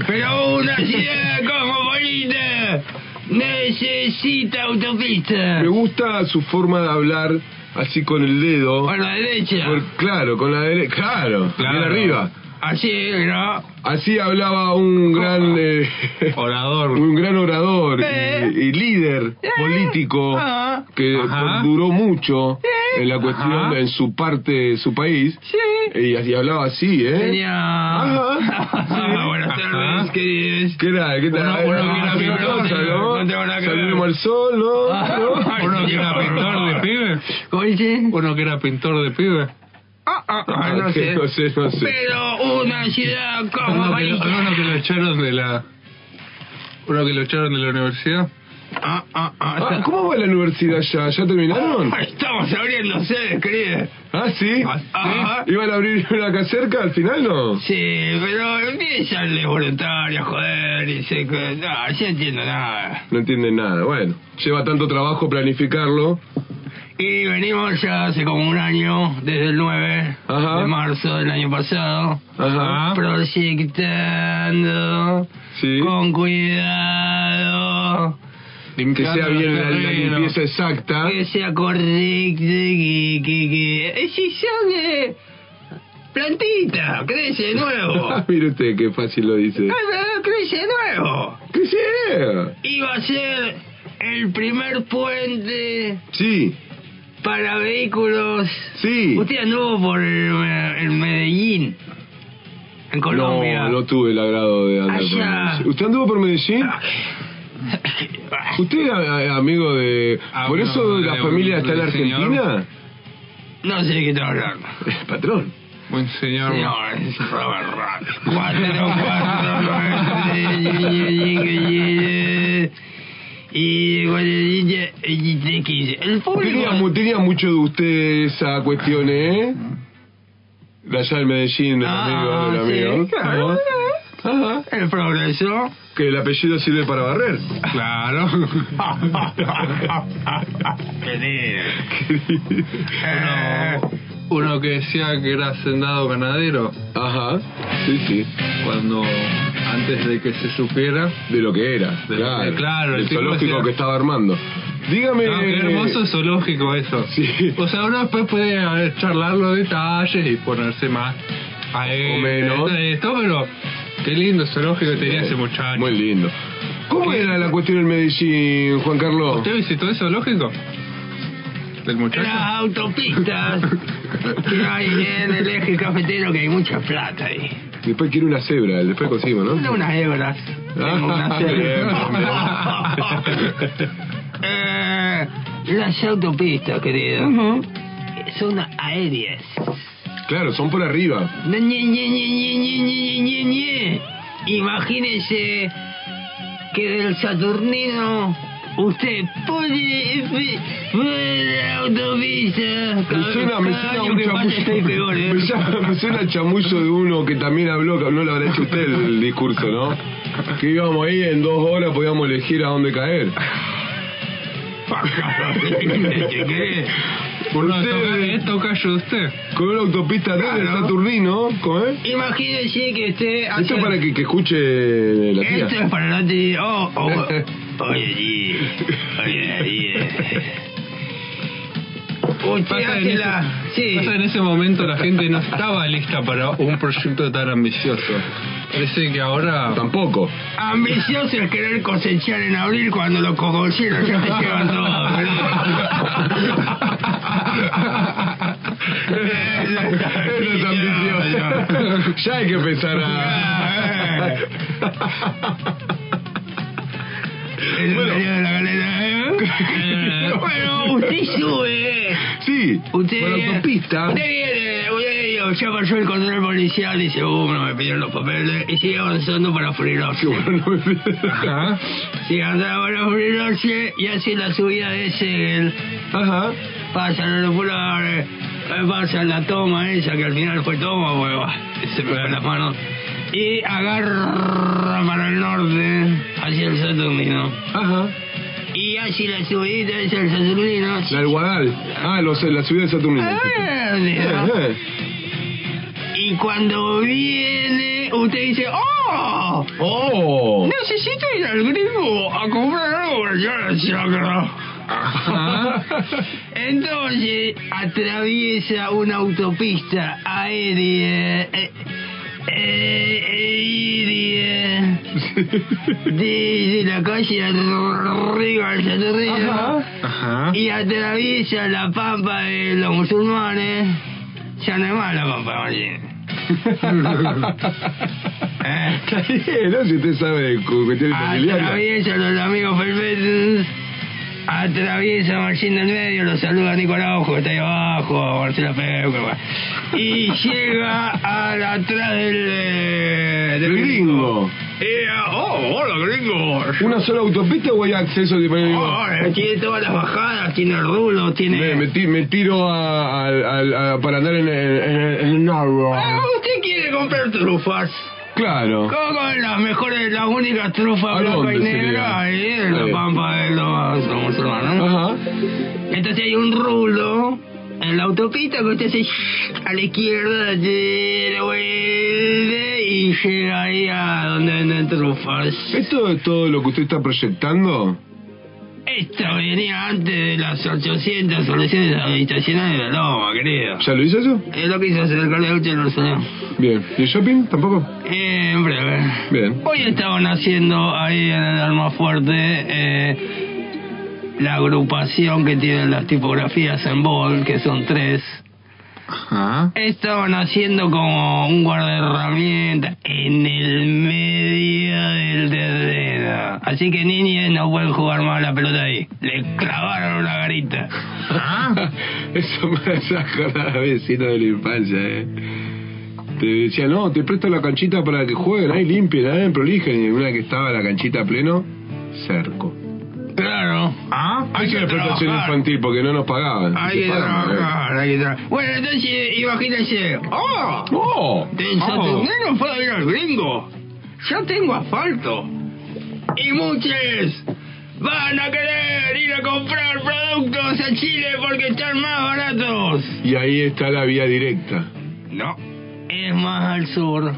Pero una ciudad cosmopolita necesita autopista.
Me gusta su forma de hablar así con el dedo.
Por la derecha.
Por- claro, con la derecha. Claro,
Claro.
bien arriba.
Así es, ¿no?
Así hablaba un gran eh,
Orador.
un gran orador
Eh.
y, y líder
Eh.
político
Ah.
que
Ajá.
duró mucho en la cuestión
Ajá.
en su parte de su país
Sí.
y, así hablaba así, ¿eh? Ajá.
Ajá. Ah, Buenas tardes,
Ajá.
queridos.
¿Qué tal? ¿Qué tal?
Uno- uno
Ah,
que era pintor,
cosa, ¿no?
no tengo nada que ver.
Salimos al sol, ¿no?
Ah.
¿No?
Uno que era
[LAUGHS]
Ay,
pintor de
señor.
pibe.
¿Cómo dice?
Uno que era pintor de pibe.
Ah, ah, ah,
Ah,
no
que
sé.
no sé, no sé.
Pero una ciudad como
Uno que, lo,
París.
uno que lo echaron de la. Uno que lo echaron de la universidad.
Ah, ah, ah,
Ah,
está-
¿Cómo va la universidad ya? ¿Ya
Ah,
terminaron?
Estamos abriendo sedes, querido.
¿Ah, sí?
Ah.
¿Sí? ¿Iban a abrir una acá cerca al final, no?
Sí, pero empiezan de voluntario, joder, y se... No, yo entiendo nada.
No entienden nada. Bueno, lleva tanto trabajo planificarlo.
Y venimos ya hace como un año, desde el 9
Ajá.
de marzo del año pasado, Ah.
Ajá.
proyectando
Sí.
con cuidado,
Que sea bien la, la limpieza exacta.
que sea correcto, que... que, que... Es si son de... Plantita, crece de nuevo.
Ah, [LAUGHS] mire usted qué fácil lo dice.
Ah, pero crece de nuevo.
¿Qué sea?
Iba a ser el primer puente
Sí,
para vehículos.
sí.
Usted anduvo por el, Me- el Medellín, en Colombia.
No, no tuve el agrado de andar por
Allá. Ah.
Medellín. ¿Usted anduvo por Medellín? ¿Usted era eh, amigo de...
Ah,
¿Por
no,
eso la
de un-
familia está en
del señor.
Argentina?
No sé de qué está hablando.
Patrón.
Buen señor.
No, es Robert Rock. Cuatro, cuatro, nueve, y bueno, y- y- y- quince. El
Tenía,
público
mu- tenía mucho de usted esa cuestión, ¿eh? De allá en Medellín, del
Ah,
amigo, del
sí,
amigo.
claro.
Ajá. Ajá.
el progreso
Que el apellido sirve para barrer.
Claro.
Eh,
Uno que decía que era hacendado ganadero.
[LAUGHS] Ajá. Sí, sí.
Cuando. Antes de que se supiera.
De lo que era.
De lo
claro.
que- claro,
El
el tipo
zoológico
decía-
que estaba armando. Dígame. eh,
No, qué hermoso zoológico eso.
Sí.
O sea, uno después puede a ver, charlar los detalles y ponerse más a él,
menos.
esto, esto, pero qué lindo zoológico que tenía ese muchacho.
Muy lindo. ¿Cómo era la cuestión en Medellín, Juan Carlos?
¿Usted visitó el zoológico? ¿Del muchacho?
las
[LAUGHS]
autopistas que hay en el eje cafetero que hay mucha plata ahí.
Después quiere una cebra,
Oh,
después conseguimos, ¿no?
Tengo unas hebras. Tengo unas hebras.
Bien, bien.
[LAUGHS] Eh, las autopistas, querido, son aéreas.
Claro, son por arriba.
Ñe, Ñe, Ñe, Ñe, Ñe, Ñe, Ñe, Ñe, Ñe, Ñe. Imagínese que del Saturnino usted puede eh, ver la autopista.
Me
Cada-
suena, me
cada
suena
año
un
que pasa está ahí
chamullo.
peor, ¿eh?
[LAUGHS] Me llama- me suena el chamullo de uno que también habló, que no lo habrá hecho usted el, el discurso, ¿no? Que íbamos ahí en dos horas podíamos elegir a dónde caer.
¿Qué?
No,
Usted,
toca, es tocayo de usted.
con una autopista de
Claro.
Saturnino, ¿cómo es?
Imagínense que usted hace...
Esto es para que, que escuche la tía.
Esto es para no te... Oh, oh,
[LAUGHS]
oye, sí. Oye, sí. Usted
Pasa en,
hace la...
ese,
Sí.
pasa en ese momento la gente no estaba lista para un proyecto tan ambicioso. Parece que ahora...
Tampoco.
Ambicioso es querer cosechar en abril cuando los cogolleros ya se llevan todo.
[LAUGHS] Eso es ambicioso. [LAUGHS] ya hay que empezar a.
eh.
El medio de la galera, ¿eh? Bueno, usted sube.
Sí,
Usted,
por la autopista.
Usted viene, usted ya pasó el control policial, dice, uh, no me pidieron los papeles, y sigue avanzando para Furiloche.
Ajá.
Sigue avanzando para Furiloche y hace la subida de ese, el-
Ajá.
pasan los populares, eh, pasan la toma esa, que al final fue toma, porque bah, se pegan las manos. Y agarra para el norte, hacia el Saturnino.
Ajá.
Y hacia la subida hacia el Saturnino.
La del Guadal. Ah, los, la subida de Saturnino.
Ah,
Eh,
mira.
eh.
Y cuando viene, usted dice, ¡Oh!
¡Oh!
Necesito ir al grifo a comprar algo para llevar al chacra. [LAUGHS] Entonces atraviesa una autopista aérea. eh, eh, aérea. Desde la calle arriba al Saturno
Ajá.
y atraviesa la pampa de los musulmanes. Ya no es más la pampa, Martín. [LAUGHS] ¿Eh?
Está bien, ¿no? Si usted sabe de cu- cuestiones
Ah,
familiares.
Atraviesa los amigos perfectos. Atraviesa Martín del Medio, lo saluda Nicolás Ojo, que está ahí abajo, Marcela Peuco. bueno. Y llega al atrás del. eh, del
El gringo.
Y, eh, oh, hola gringos.
¿Una sola autopista o hay acceso de
Oh, eh, tiene todas las bajadas, tiene rulos, tiene.
Me, me ti- me tiro a, al- al- a- para andar en el, en el- en el narrow.
Ah, usted quiere comprar trufas.
Claro.
Como las mejores, las únicas
¿A
trufas blanca y
dónde sería?
negra ahí en
Sí.
la pampa de los los musulmanes. ¿no?
Ajá.
Entonces hay un rulo en la autopista que usted se a la izquierda de la vuelta y llega ahí a donde venden trufas.
¿Esto es todo lo que usted está proyectando?
Esto venía antes de las 800 soluciones habitacionales de la Loma, querido.
¿Ya lo hizo eso?
Es lo que hizo hacer el colegio de los señores.
Bien. ¿Y el shopping tampoco?
Eh, en breve.
Bien.
Hoy estaban haciendo ahí en el alma fuerte eh, la agrupación que tienen las tipografías en bol, que son tres.
Ajá.
Estaban haciendo como un guardaherramientas en el medio del terreno. Así que niñes no pueden jugar más a la pelota ahí. Le clavaron una garita.
Ah, [LAUGHS] Eso me hace acordar a vecino de la infancia, ¿eh? Te decía, no, te presto la canchita para que jueguen ahí, limpien, ahí, prolijen. Y una vez que estaba la canchita a pleno, cerco.
Claro. ¿Ah?
Hay que la prestación infantil porque no nos pagaban.
Hay que
Te pagan,
trabajar, hay que trabajar. Bueno, entonces imagínense. ¡Oh!
¿eh? ¡Oh!
Del
Oh.
Saturnino puedo ir al gringo. Yo tengo asfalto. Y muchos van a querer ir a comprar productos a Chile porque están más baratos.
Y ahí está la vía directa.
No. Es más al sur.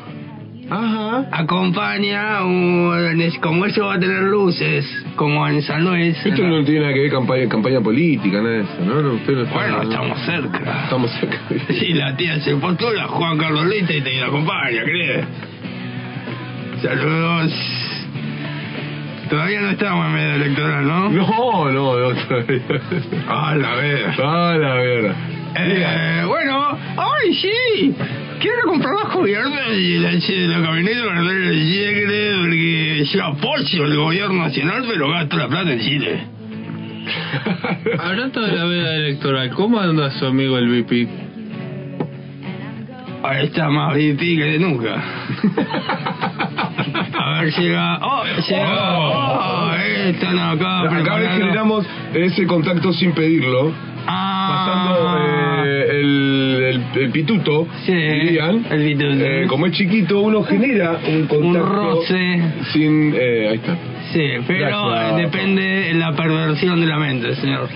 Ajá.
Acompaña, un- es- como eso va a tener luces, como en San Luis.
Esto no tiene nada que ver con campaña, campaña política, nada de eso, ¿no? no, usted no está-
Bueno,
no.
estamos cerca.
Estamos cerca.
Si la tía se postula, Juan Carlolita y te la acompaña, ¿crees? Saludos. Todavía no estamos en medio electoral, ¿no?
[LAUGHS] No, no, no, todavía.
[LAUGHS] A la vez.
Ah, la verga.
Eh, bueno, ¡ay, sí! Quiero comprar las cubiertas y la, y la camioneta para hacer el Chile, porque yo apoyo el gobierno nacional, pero gasto la plata en Chile.
[LAUGHS] Hablando de la veda electoral, ¿cómo anda su amigo el VP?
Ahora está más VIP que de
[LAUGHS]
nunca. A ver, llega. ¡Oh! Llega. Oh, eh, están acá.
Acá
preparando.
generamos ese contacto sin pedirlo, pasando
Ah,
eh, el, el- el pituto,
Sí,
dirían.
el pituto.
Eh, como es chiquito, uno genera un contacto
un roce.
sin... eh, ahí está.
Sí, pero
Gracias. [LAUGHS]
eh, depende de la perversión de la mente, señor.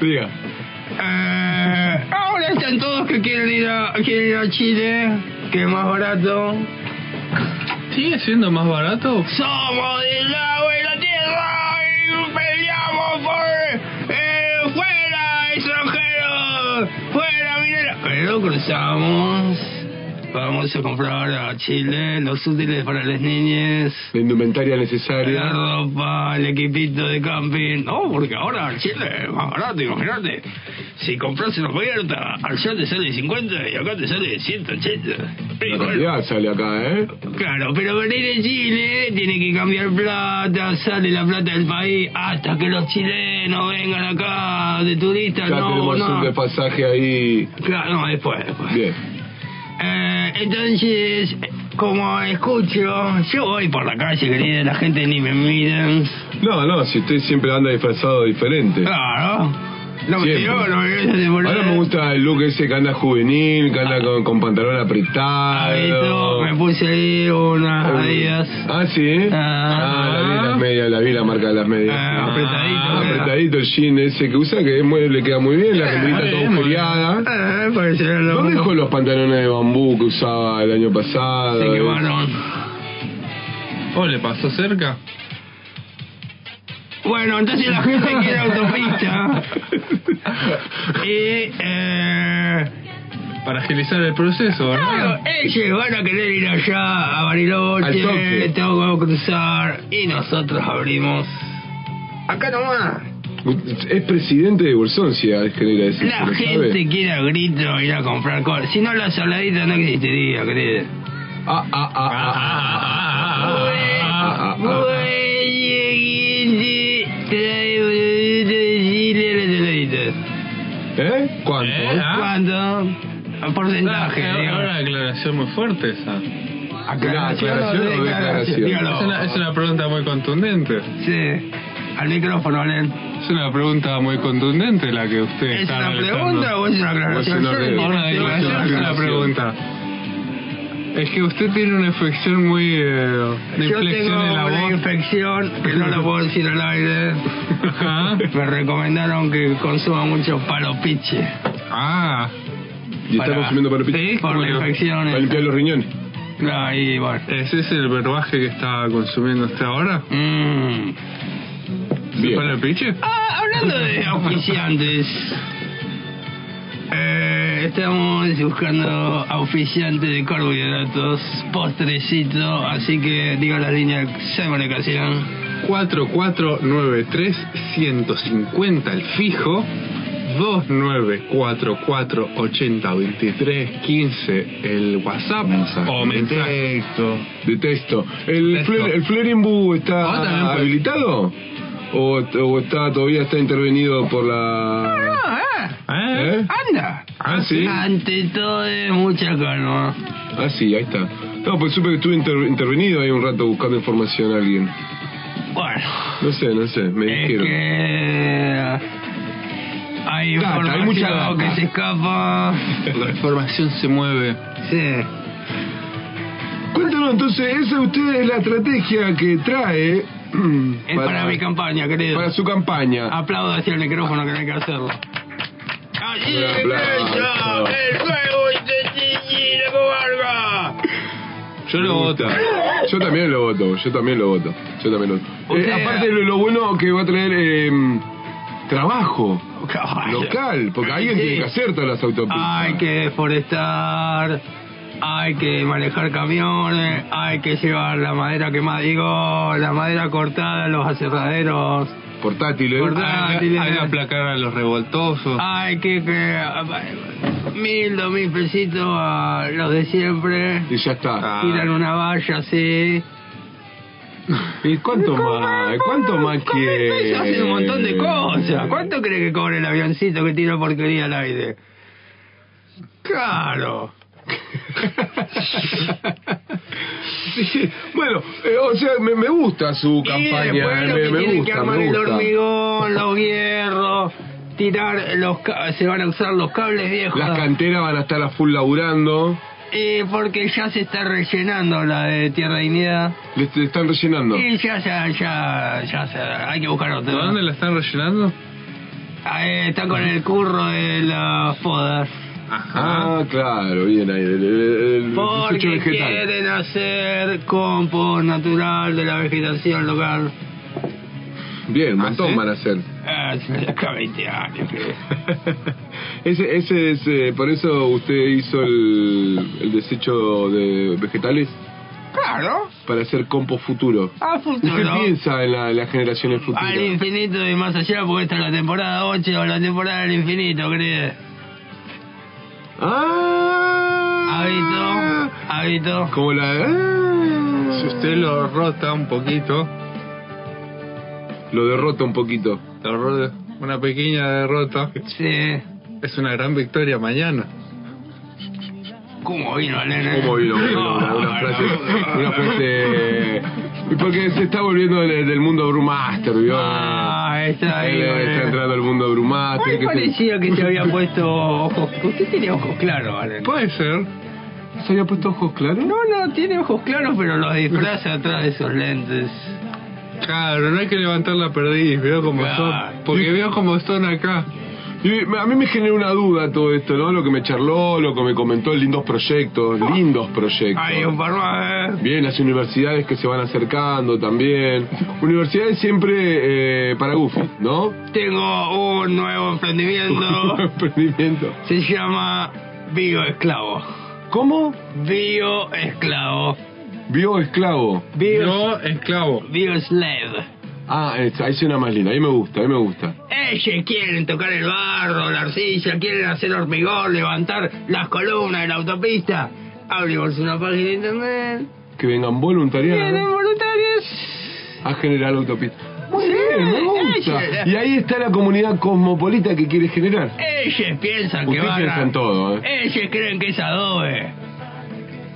Diga.
Eh, ahora están todos que quieren ir, a, quieren ir a Chile, que es más barato.
¿Sigue siendo más barato?
Somos del agua y la tierra y peleamos por eh, fuera extranjeros, fuera mineros. Pero cruzamos. Vamos a comprar a Chile los útiles para las niñas,
La indumentaria
la
necesaria.
ropa, el equipito de camping. No, porque ahora Chile es más barato, imagínate. Si compras una cubierta, allá te sale 50 y acá te sale 180. Y
La
bueno,
realidad sale acá, ¿eh?
Claro, pero venir de Chile tiene que cambiar plata, sale la plata del país hasta que los chilenos vengan acá de turistas,
Ya
no,
tenemos
no.
un repasaje ahí.
Claro, no, después, después.
Bien.
Eh, entonces, como escucho, yo voy por la calle, querida, la gente ni me mira.
No, no, si usted siempre anda disfrazado diferente.
Claro. No me
Siempre.
tiró, no me quiero devolver.
pues. Ahora me gusta el look ese que anda juvenil, que anda con, con pantalón apretado.
Esto, Ah. me puse ahí unas adidas.
Ah, sí. Ah, la vi en las medias, la vi la marca de las medias.
Ah, apretadito,
Ah,
mira.
apretadito el jean ese que usa, que es muy- le queda muy bien, la camerita
Ah, bien, Ah,
toda
muy
enfriada.
Eh, porque se lo-
¿Dónde dejó los pantalones de bambú que usaba el año pasado?
Se
Eh,
quemaron.
¿O Oh, le pasó cerca?
Bueno, entonces la
[LAUGHS]
gente quiere
[LAUGHS]
autopista. Y, eh,
Para agilizar el proceso,
claro,
¿verdad?
ellos van a querer ir allá a
Al toque.
Bariloche, tengo que cruzar, y nosotros abrimos. Acá nomás.
Es presidente de Bolsón, si genera ese.
La gente quiere a grito ir a comprar cosas. Si no, la saladita no existiría, querido.
Ah, ah, ah, ah, ah, ah, ah, ah, ah, ah. ¿Eh? ¿Cuánto?
Eh, ah.
¿Cuánto? Porcentaje,
Ah,
digo.
ahora una declaración muy fuerte esa.
Aclaración,
¿Una aclaración o declaración?
Dígalo.
Es una, es una pregunta muy contundente.
Sí. Al micrófono, Alen.
Es una pregunta muy contundente la que usted
¿Es
está
una
realizando.
pregunta o es una aclaración?
O es una
Yo no
re-
Ahora
entiendo.
una
digo, yo es una
aclaración.
pregunta. Es que usted tiene una infección muy... eh, de
Yo
inflexión
tengo
en la
una
voz.
infección que no la puedo decir al aire.
Ajá.
Me recomendaron que consuma mucho palo piche.
Ah,
¿Y está
Para-
consumiendo para
Sí,
Por la
Bueno,
infección.
¿Para limpiar los riñones?
No, y bueno.
¿ese es el verbaje que está consumiendo usted ahora?
Mm.
¿Se
Bien.
pone el piche?
Ah, hablando de auspiciantes. eh, estamos buscando auspiciantes de carbohidratos, postrecito, así que digo la línea de comunicación.
4493-150 el fijo, 2944-8023-15 el WhatsApp o mensaje.
Texto. De texto. ¿El,
Texto.
Fler- el Flerimbu está
Ah, también puede.
habilitado? ¿O, o está todavía está intervenido por la...
Ah,
¿Eh?
¿Eh?
¡Anda!
Ah, sí.
Ante todo, es mucha calma.
Ah, sí, ahí está. No, pues supe que estuve inter- intervenido ahí un rato buscando información a alguien.
Bueno,
No sé, no sé, me
es
dijeron.
que. Hay
Data, hay
información
mucha data.
que se escapa.
La información se mueve.
Sí.
Cuéntanos entonces, esa usted es la estrategia que trae... [CLEARS THROAT]
Es para, mi Ah. campaña, querido.
Para su campaña.
Aplaudo hacia el micrófono que no hay que hacerlo. ¡Así
Un aplauso.
empieza el juego de Vargas!
Yo lo
Me
voto.
gusta. Yo también lo voto, yo también lo voto. Yo también lo voto. Eh,
Usted-
aparte lo, lo bueno que va a traer em, trabajo
Caballo.
local, porque alguien
Sí.
tiene que hacer todas las autopistas.
Hay que deforestar, hay que manejar camiones, hay que llevar la madera quemada, digo, la madera cortada a los aserraderos,
Portátiles. Ah,
Portátiles.
Hay que- hay que aplacar a los revoltosos.
hay que, que mil, dos mil pesitos a los de siempre,
Y ya está.
Ah.
tiran una valla así.
¿Y cuánto más? ¿Cuánto más
Con mil
que
pesos hacen un montón de cosas. ¿Cuánto cree que cobre el avioncito que tira porquería al aire? Claro.
[LAUGHS] Sí, Bueno, eh, o sea, me, me gusta su campaña.
Y después lo
me,
que
me
tienen que
gusta,
armar
me
el
gusta.
hormigón, los hierros, tirar los ca- se van a usar los cables viejos.
Las canteras van a estar a full laburando.
Eh, porque ya se está rellenando la de Tierra Dignidad.
Le, le están rellenando.
Y ya, ya, ya, ya, se- hay que buscar otro.
¿Dónde la están rellenando?
Ahí está con el curro de las podas.
Ajá.
Ah, claro, bien ahí. El, el- el desecho
Porque
vegetal.
quieren hacer compost natural de la vegetación local.
Bien, un
¿Ah,
montón
sí?
van a hacer. [LAUGHS]
Hace Eh, acá 20 años que...
ese, ese es, eh, por eso usted hizo el, el desecho de vegetales
Claro,
para hacer compost futuro.
a
¿Usted
futuro.
piensa en la, en las generaciones futuras?
Al infinito y más allá, porque esta es la temporada 8 o la temporada del infinito, ¿crees?
Ah,
Hábito, hábito.
como la. ah.
Si usted lo rota un poquito,
Lo derrota un poquito.
lo rota, una pequeña derrota,
Sí.
es una gran victoria mañana.
¿Cómo vino el nene?
¿Cómo vino? Una, una frase. Una frase. Y porque se está volviendo del, del mundo Brewmaster, ¿vio?
Ah, está ahí.
Él, eh, está entrando al mundo
¿Cuál
Brewmaster. que se-
parecía Ah, que se había puesto ojos? Usted tiene ojos claros, Alan.
Puede ser.
¿Se había puesto ojos claros?
No, no, tiene ojos claros, pero los disfraza atrás de esos lentes.
Claro, no hay que levantar la perdiz, veo como
Claro.
son. Porque veo como son acá.
Y me- a mí me generó una duda todo esto, ¿no? Lo que me charló, lo que me comentó, lindos proyectos, lindos proyectos.
Hay un par más, ¿eh?
Bien, las universidades que se van acercando también. Universidades siempre eh, para Goofy, ¿no?
Tengo un nuevo
[LAUGHS]
emprendimiento. [LAUGHS]
Emprendimiento.
se llama Bioesclavo.
¿Cómo?
Bioesclavo.
Bioesclavo.
Bio...
Yo, esclavo.
Bioslave.
Ah, es- ahí suena más linda, ahí me gusta, ahí me gusta.
Ellos quieren tocar el barro, la arcilla, quieren hacer hormigón, levantar las columnas de la autopista. Abrimos una página de internet.
Que vengan voluntariados
Vienen
¿no?
voluntarios.
a generar autopista. Muy
Sí,
bien, me gusta.
ellos-
Y ahí está la comunidad cosmopolita que quiere generar.
Ellos piensan que
Usted
van
piensa
a...
en todo, ¿eh?
Ellos creen que es adobe.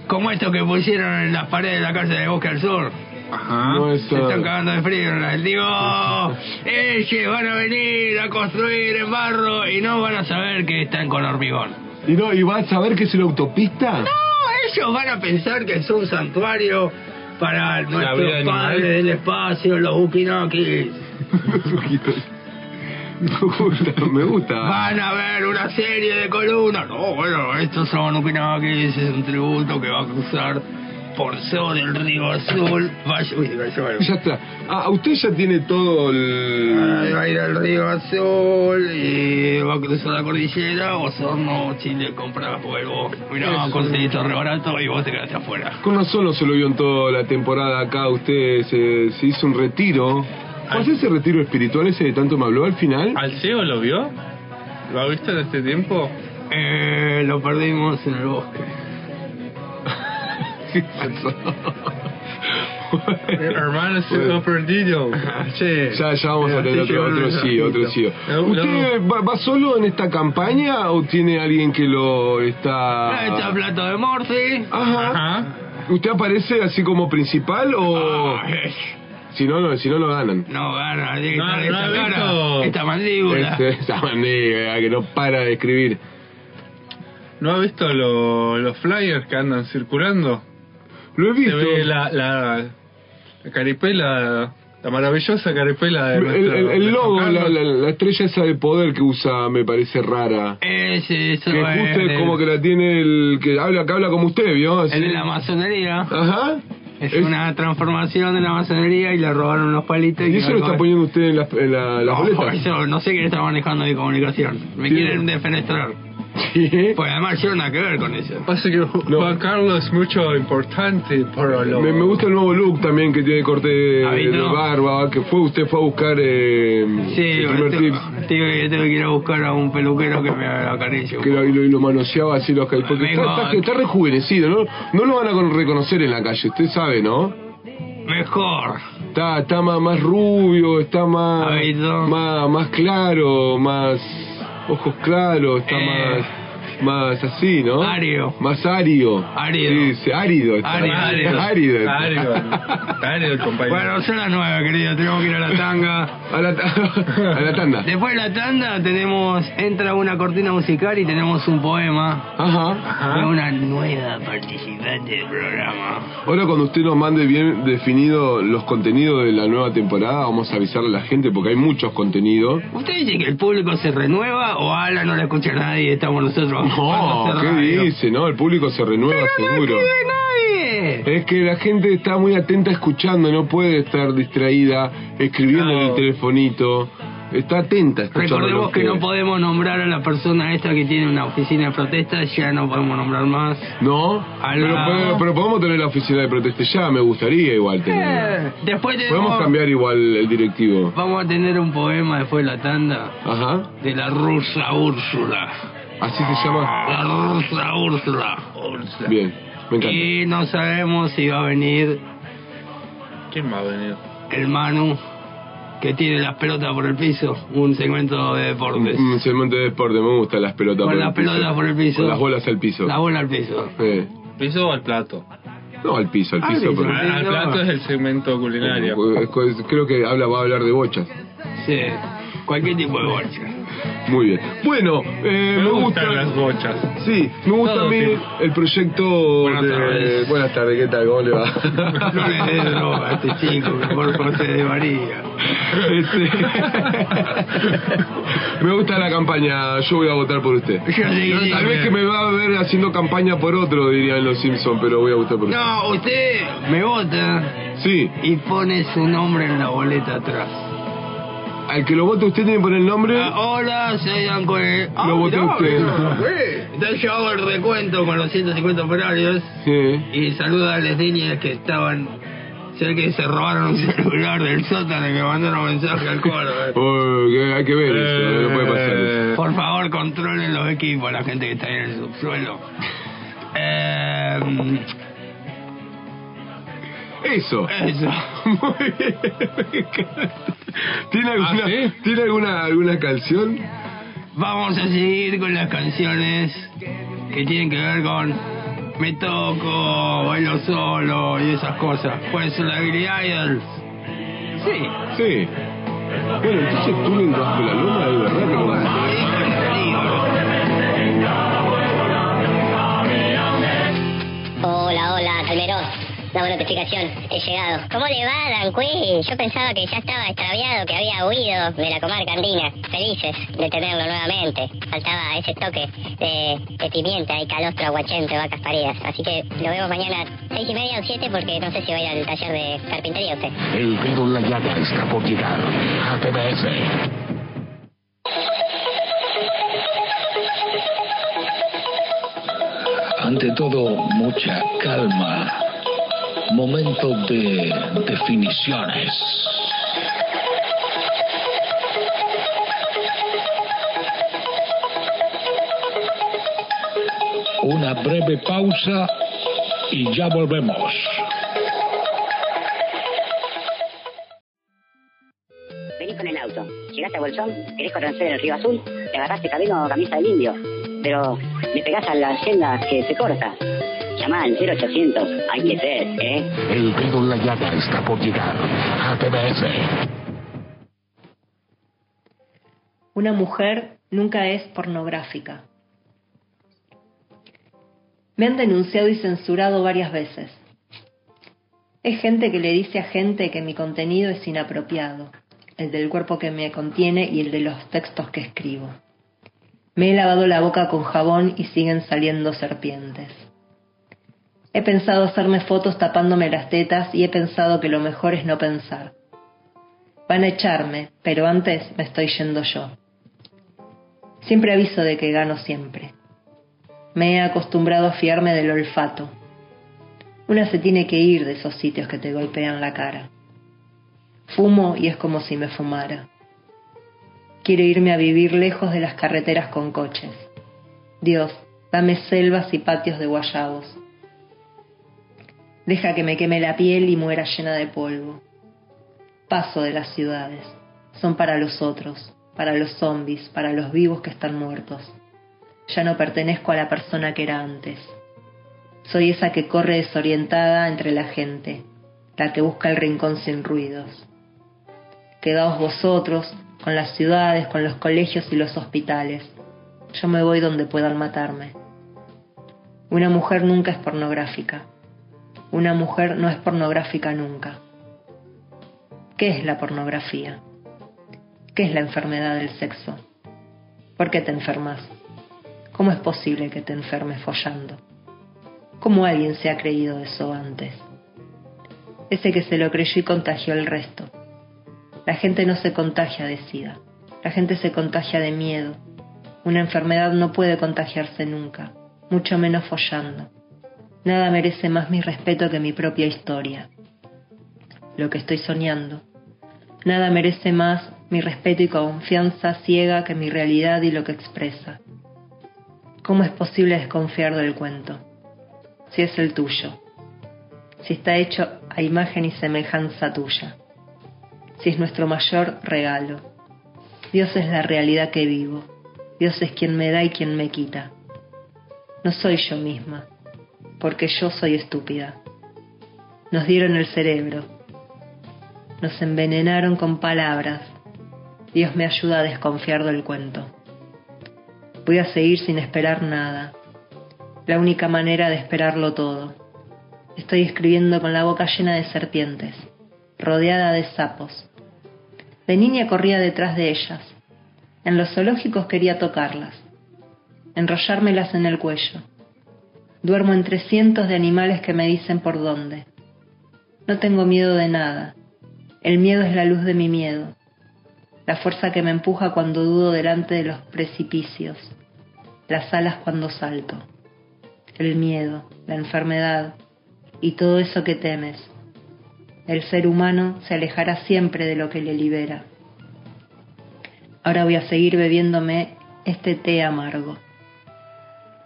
Como esto que pusieron en las paredes de la cárcel de Bosque al Sur.
Ajá.
No es,
Ah, Se están
eh,
cagando de frío. ¿no?
[LAUGHS]
Digo, ellos van a venir a construir en barro y no van a saber que están con hormigón.
¿Y, no, ¿Y va a saber que es una autopista? [LAUGHS]
No, ellos van a pensar que es un santuario para
vida
nuestros
animal.
padres del espacio, los buquinokis.
me gusta, me gusta.
Van a ver una serie de columnas. No, bueno, estos son ukinakis, es un tributo que va a cruzar por sobre el río azul. Vaya, uy, se cayó algo.
Ya está. Ah, usted ya tiene todo
Ah,
el...
Va a ir al río azul y va a cruzar la cordillera. Vos no, Chile, comprabas porque vos mirabas con re barato y vos te quedaste afuera.
Con razón no se lo vio en toda la temporada acá. Usted se, se hizo un retiro. ¿Cuál ese retiro espiritual ese de tanto me habló al final?
Ah.
[LAUGHS]
¿Al CEO lo vio? ¿Lo ha visto en este tiempo?
Eh, lo perdimos en el bosque.
¿Qué pasó?
Hermano, se
Bueno.
lo perdido. Che.
Ya, ya vamos a tener
Así
otro,
llegó
otro
el
sí, otro sí.
ratito. No,
¿Usted va, va solo en esta campaña o tiene alguien que lo Ah.
Ahí está
está...?
plato de Morphy.
no.
Ajá.
Ajá.
¿Usted aparece así como principal o...?
Ah, es-
Si no, no, si no, no ganan.
No gana, tiene que
No,
estar
no he
esta cara,
visto.
esta mandíbula.
Ese- Esa manera que no para de escribir.
¿No ha visto lo- los flyers que andan circulando?
Lo he
Se
visto.
ve la, la, la caripela, la maravillosa caripela de
El, el-
nuestro-
el
de
logo,
Juan
la,
Carlos.
la- la estrella esa de poder que usa me parece rara.
Es eso,
Que
en
justo es
el-
como que la tiene el que habla, que habla como usted, ¿vio? Así.
en la masonería.
Ajá.
Es,
Es-
una transformación de la masonería y le robaron los palitos.
Y
que
eso lo
van a comer.
está poniendo usted en la, en la, la
Ojo,
[LAUGHS]
boleta.
eso, no sé quién está manejando de comunicación. Me
Sí.
quieren defenestrar.
Sí.
Pues además yo nada que ver con eso.
Ah,
Pasa que Juan Carlos es mucho importante para lo...
Me, me gusta el nuevo look también que tiene corte de,
Ah, ¿viste?
de barba, que fue usted fue a buscar eh,
Sí,
el
pero
primer
tengo,
tips,
tengo que- tengo que ir a buscar a un peluquero que me acaricie. un
que lo, y lo, y lo manoseaba así los calzones. Porque está,
Vengo
está-
a-
está rejuvenecido, ¿no? No lo van a con- reconocer en la calle, usted sabe, ¿no?
poco. Mejor.
Está, está más, más rubio, está más,
Ah, ¿viste?
más más claro, más ojos claros, está
Eh,
más... más así, ¿no?
Ario.
Más ario.
Árido.
Sí, sí, árido. está.
Árido.
Árido.
Árido está.
Árido. Árido el compañero.
Bueno, son las nueve, querido. Tenemos que ir a la tanga.
[LAUGHS] A la, ta- [LAUGHS] a la tanda.
Después de la tanda tenemos entra una cortina musical y tenemos un poema
Ajá.
Ajá.
de una nueva participante del programa.
Ahora cuando usted nos mande bien definido los contenidos de la nueva temporada, vamos a avisarle a la gente porque hay muchos contenidos.
¿Usted dice que el público se renueva o a Ala no la escucha nadie? Estamos nosotros.
Ah, No,
vamos a hacer
¿qué
radio.
dice? No, el público se renueva seguro.
¡No escribe nadie!
Es que la gente está muy atenta escuchando, no puede estar distraída escribiendo en el
No.
telefonito. Está atenta escuchando.
Recordemos
lo
que no podemos nombrar a la persona esta que tiene una oficina de protesta, ya no podemos nombrar más.
No,
A
pero,
la-
puede- pero podemos tener la oficina de protesta ya, me gustaría igual tener.
Eh, Después
Podemos
tenemos,
cambiar igual el directivo.
vamos a tener un poema después de la tanda
Ajá,
de la rusa Úrsula.
así se llama.
La rusa Úrsula.
Bien, me encanta.
Y no sabemos si va a venir
¿Quién va a venir?
el Manu que tiene las pelotas por el piso, un segmento de deportes.
Un segmento de deporte, me gustan las pelotas.
Con
por
las
el piso.
pelotas por el piso.
Con las bolas al piso.
La bola al piso.
Eh,
¿Piso o al plato? Ah,
no al piso, al
Al
piso.
piso.
pero-
Al, al
no.
plato es el segmento culinario.
Eh, co- Creo que habla, va a hablar de bochas.
Sí, cualquier tipo de bolsa.
Muy bien. Bueno, eh,
Me,
me gusta.
gustan las bochas.
Sí, me gusta
Todo
a mí
tipo.
el proyecto
Buenas
de...
tardes.
Buenas tardes, ¿qué tal? ¿Cómo le va?
[LAUGHS]
No le dé droga a este chico, que por favor se de María.
Este, me gusta la campaña, yo voy a votar por usted.
Yo seguiré.
Tal vez que me va a ver haciendo campaña por otro, dirían los Simpsons, pero voy a votar por usted.
No, usted me vota
Sí,
y pone su nombre en la boleta atrás.
al que lo vote usted tiene que poner el nombre.
Ah, Hola, soy Ancoe. Ah,
Lo votó
mirá,
usted.
mirá, eh. Entonces yo hago el recuento con los 150 operarios.
Sí.
Y saluda a las niñas que estaban. Sé que se robaron un celular del sótano y me mandaron mensaje al coro. eh.
Oh, que- hay que ver eso, no puede pasar eso.
Por favor, controlen los equipos, la gente que está ahí en el subsuelo. Eh,
Eso.
eso. [LAUGHS]
Muy bien. me encanta. ¿Tiene alguna,
¿Ah, sí?
¿tiene alguna, alguna canción?
Vamos a seguir con las canciones que tienen que ver con Me Toco, Bailo Solo y esas cosas. Puede ser la Billy Idol. Sí.
Sí. Bueno, entonces tú bajo la luna de verdad, ¿no?
Hola, hola, Calmerós. Una buena notificación, he llegado. ¿Cómo le va, Danqui? Yo pensaba que ya estaba extraviado, que había huido de la comarca andina. Felices de tenerlo nuevamente. Faltaba ese toque de, de pimienta y calostro aguachento de vacas paridas. Así que lo vemos mañana seis y media o siete porque no sé si va a ir al taller de carpintería usted.
El dedo en la llaga está por llegar a TBS.
Ante todo, mucha calma. Momento de definiciones. Una breve pausa y ya volvemos.
Venís con el auto, llegaste a Bolsón, querés conocer el río Azul, te agarraste camino a camisa del indio, pero le pegás a la senda que se corta. Llamá al 0800, hay que ser, ¿eh?
El dedo en la llaga está por llegar a TBS.
Una mujer nunca es pornográfica. Me han denunciado y censurado varias veces. Es gente que le dice a gente que mi contenido es inapropiado, el del cuerpo que me contiene y el de los textos que escribo. Me he lavado la boca con jabón y siguen saliendo serpientes. He pensado hacerme fotos tapándome las tetas y he pensado que lo mejor es no pensar. Van a echarme, pero antes me estoy yendo yo. Siempre aviso de que gano siempre. Me he acostumbrado a fiarme del olfato. Una se tiene que ir de esos sitios que te golpean la cara. Fumo y es como si me fumara. Quiero irme a vivir lejos de las carreteras con coches. Dios, dame selvas y patios de guayabos. Deja que me queme la piel y muera llena de polvo. Paso de las ciudades. Son para los otros, para los zombies, para los vivos que están muertos. Ya no pertenezco a la persona que era antes. Soy esa que corre desorientada entre la gente, la que busca el rincón sin ruidos. Quedaos vosotros, con las ciudades, con los colegios y los hospitales. Yo me voy donde puedan matarme. Una mujer nunca es pornográfica. Una mujer no es pornográfica nunca. ¿Qué es la pornografía? ¿Qué es la enfermedad del sexo? ¿Por qué te enfermas? ¿Cómo es posible que te enfermes follando? ¿Cómo alguien se ha creído eso antes? Ese que se lo creyó y contagió al resto. La gente no se contagia de sida. La gente se contagia de miedo. Una enfermedad no puede contagiarse nunca, mucho menos follando. Nada merece más mi respeto que mi propia historia. Lo que estoy soñando. Nada merece más mi respeto y confianza ciega que mi realidad y lo que expresa. ¿Cómo es posible desconfiar del cuento? Si es el tuyo. Si está hecho a imagen y semejanza tuya. Si es nuestro mayor regalo. Dios es la realidad que vivo. Dios es quien me da y quien me quita. No soy yo misma, porque yo soy estúpida. Nos dieron el cerebro. Nos envenenaron con palabras. Dios me ayuda a desconfiar del cuento. Voy a seguir sin esperar nada. La única manera de esperarlo todo. Estoy escribiendo con la boca llena de serpientes, rodeada de sapos. De niña corría detrás de ellas. En los zoológicos quería tocarlas, enrollármelas en el cuello. Duermo entre cientos de animales que me dicen por dónde. No tengo miedo de nada. El miedo es la luz de mi miedo, la fuerza que me empuja cuando dudo delante de los precipicios, las alas cuando salto, el miedo, la enfermedad y todo eso que temes. El ser humano se alejará siempre de lo que le libera. Ahora voy a seguir bebiéndome este té amargo.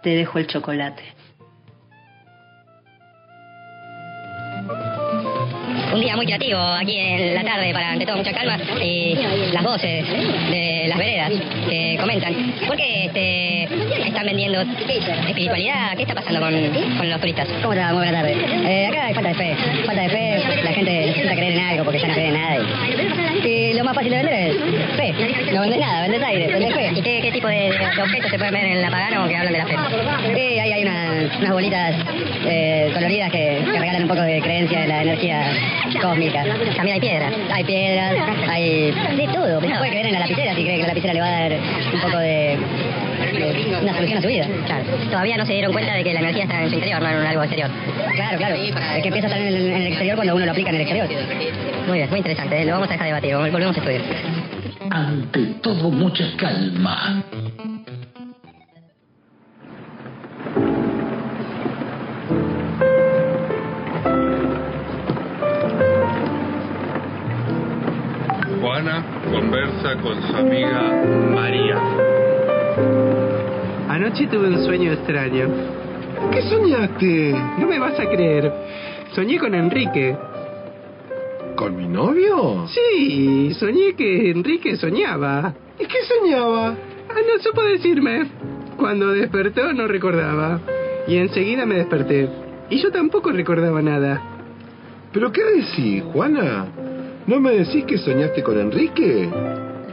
Te dejo el chocolate.
Un día muy creativo aquí en la tarde para, ante todo, mucha calma y las voces de las veredas que comentan. ¿Por qué este, están vendiendo espiritualidad? ¿Qué está pasando con, con los turistas? ¿Cómo está? Muy buena tarde. Eh, acá hay falta de fe. Falta de fe, la gente necesita creer en algo porque ya no cree en nada. Y, y lo más fácil de vender es fe. No vendes nada, vendes aire, vendes fe. ¿Y qué, qué tipo de, de objetos se pueden ver en la pagano que hablan de la fe? Sí, ahí hay unas, unas bolitas eh, coloridas que, que regalan un poco de creencia de la energía cósmica. También hay piedras. Hay piedras, hay de todo. Uno puede creer en la lapicera si cree que la lapicera le va a dar un poco de, de una solución a su vida. Claro. Todavía no se dieron cuenta de que la energía está en su interior, no en algo exterior. Claro, claro. Es que empieza a estar en el, en el exterior cuando uno lo aplica en el exterior. Muy bien, muy interesante. ¿eh? Lo vamos a dejar debatir. vol- Volvemos a estudiar.
Ante todo, mucha calma.
Juana conversa con su amiga María.
Anoche tuve un sueño extraño. ¿Qué soñaste? No me vas a creer. Soñé con Enrique.
¿Con mi novio?
Sí, soñé que Enrique soñaba. ¿Y qué soñaba? Ah, no supo decirme. Cuando despertó no recordaba. Y enseguida me desperté. Y yo tampoco recordaba nada.
¿Pero qué decís, Juana? ¿No me decís que soñaste con Enrique?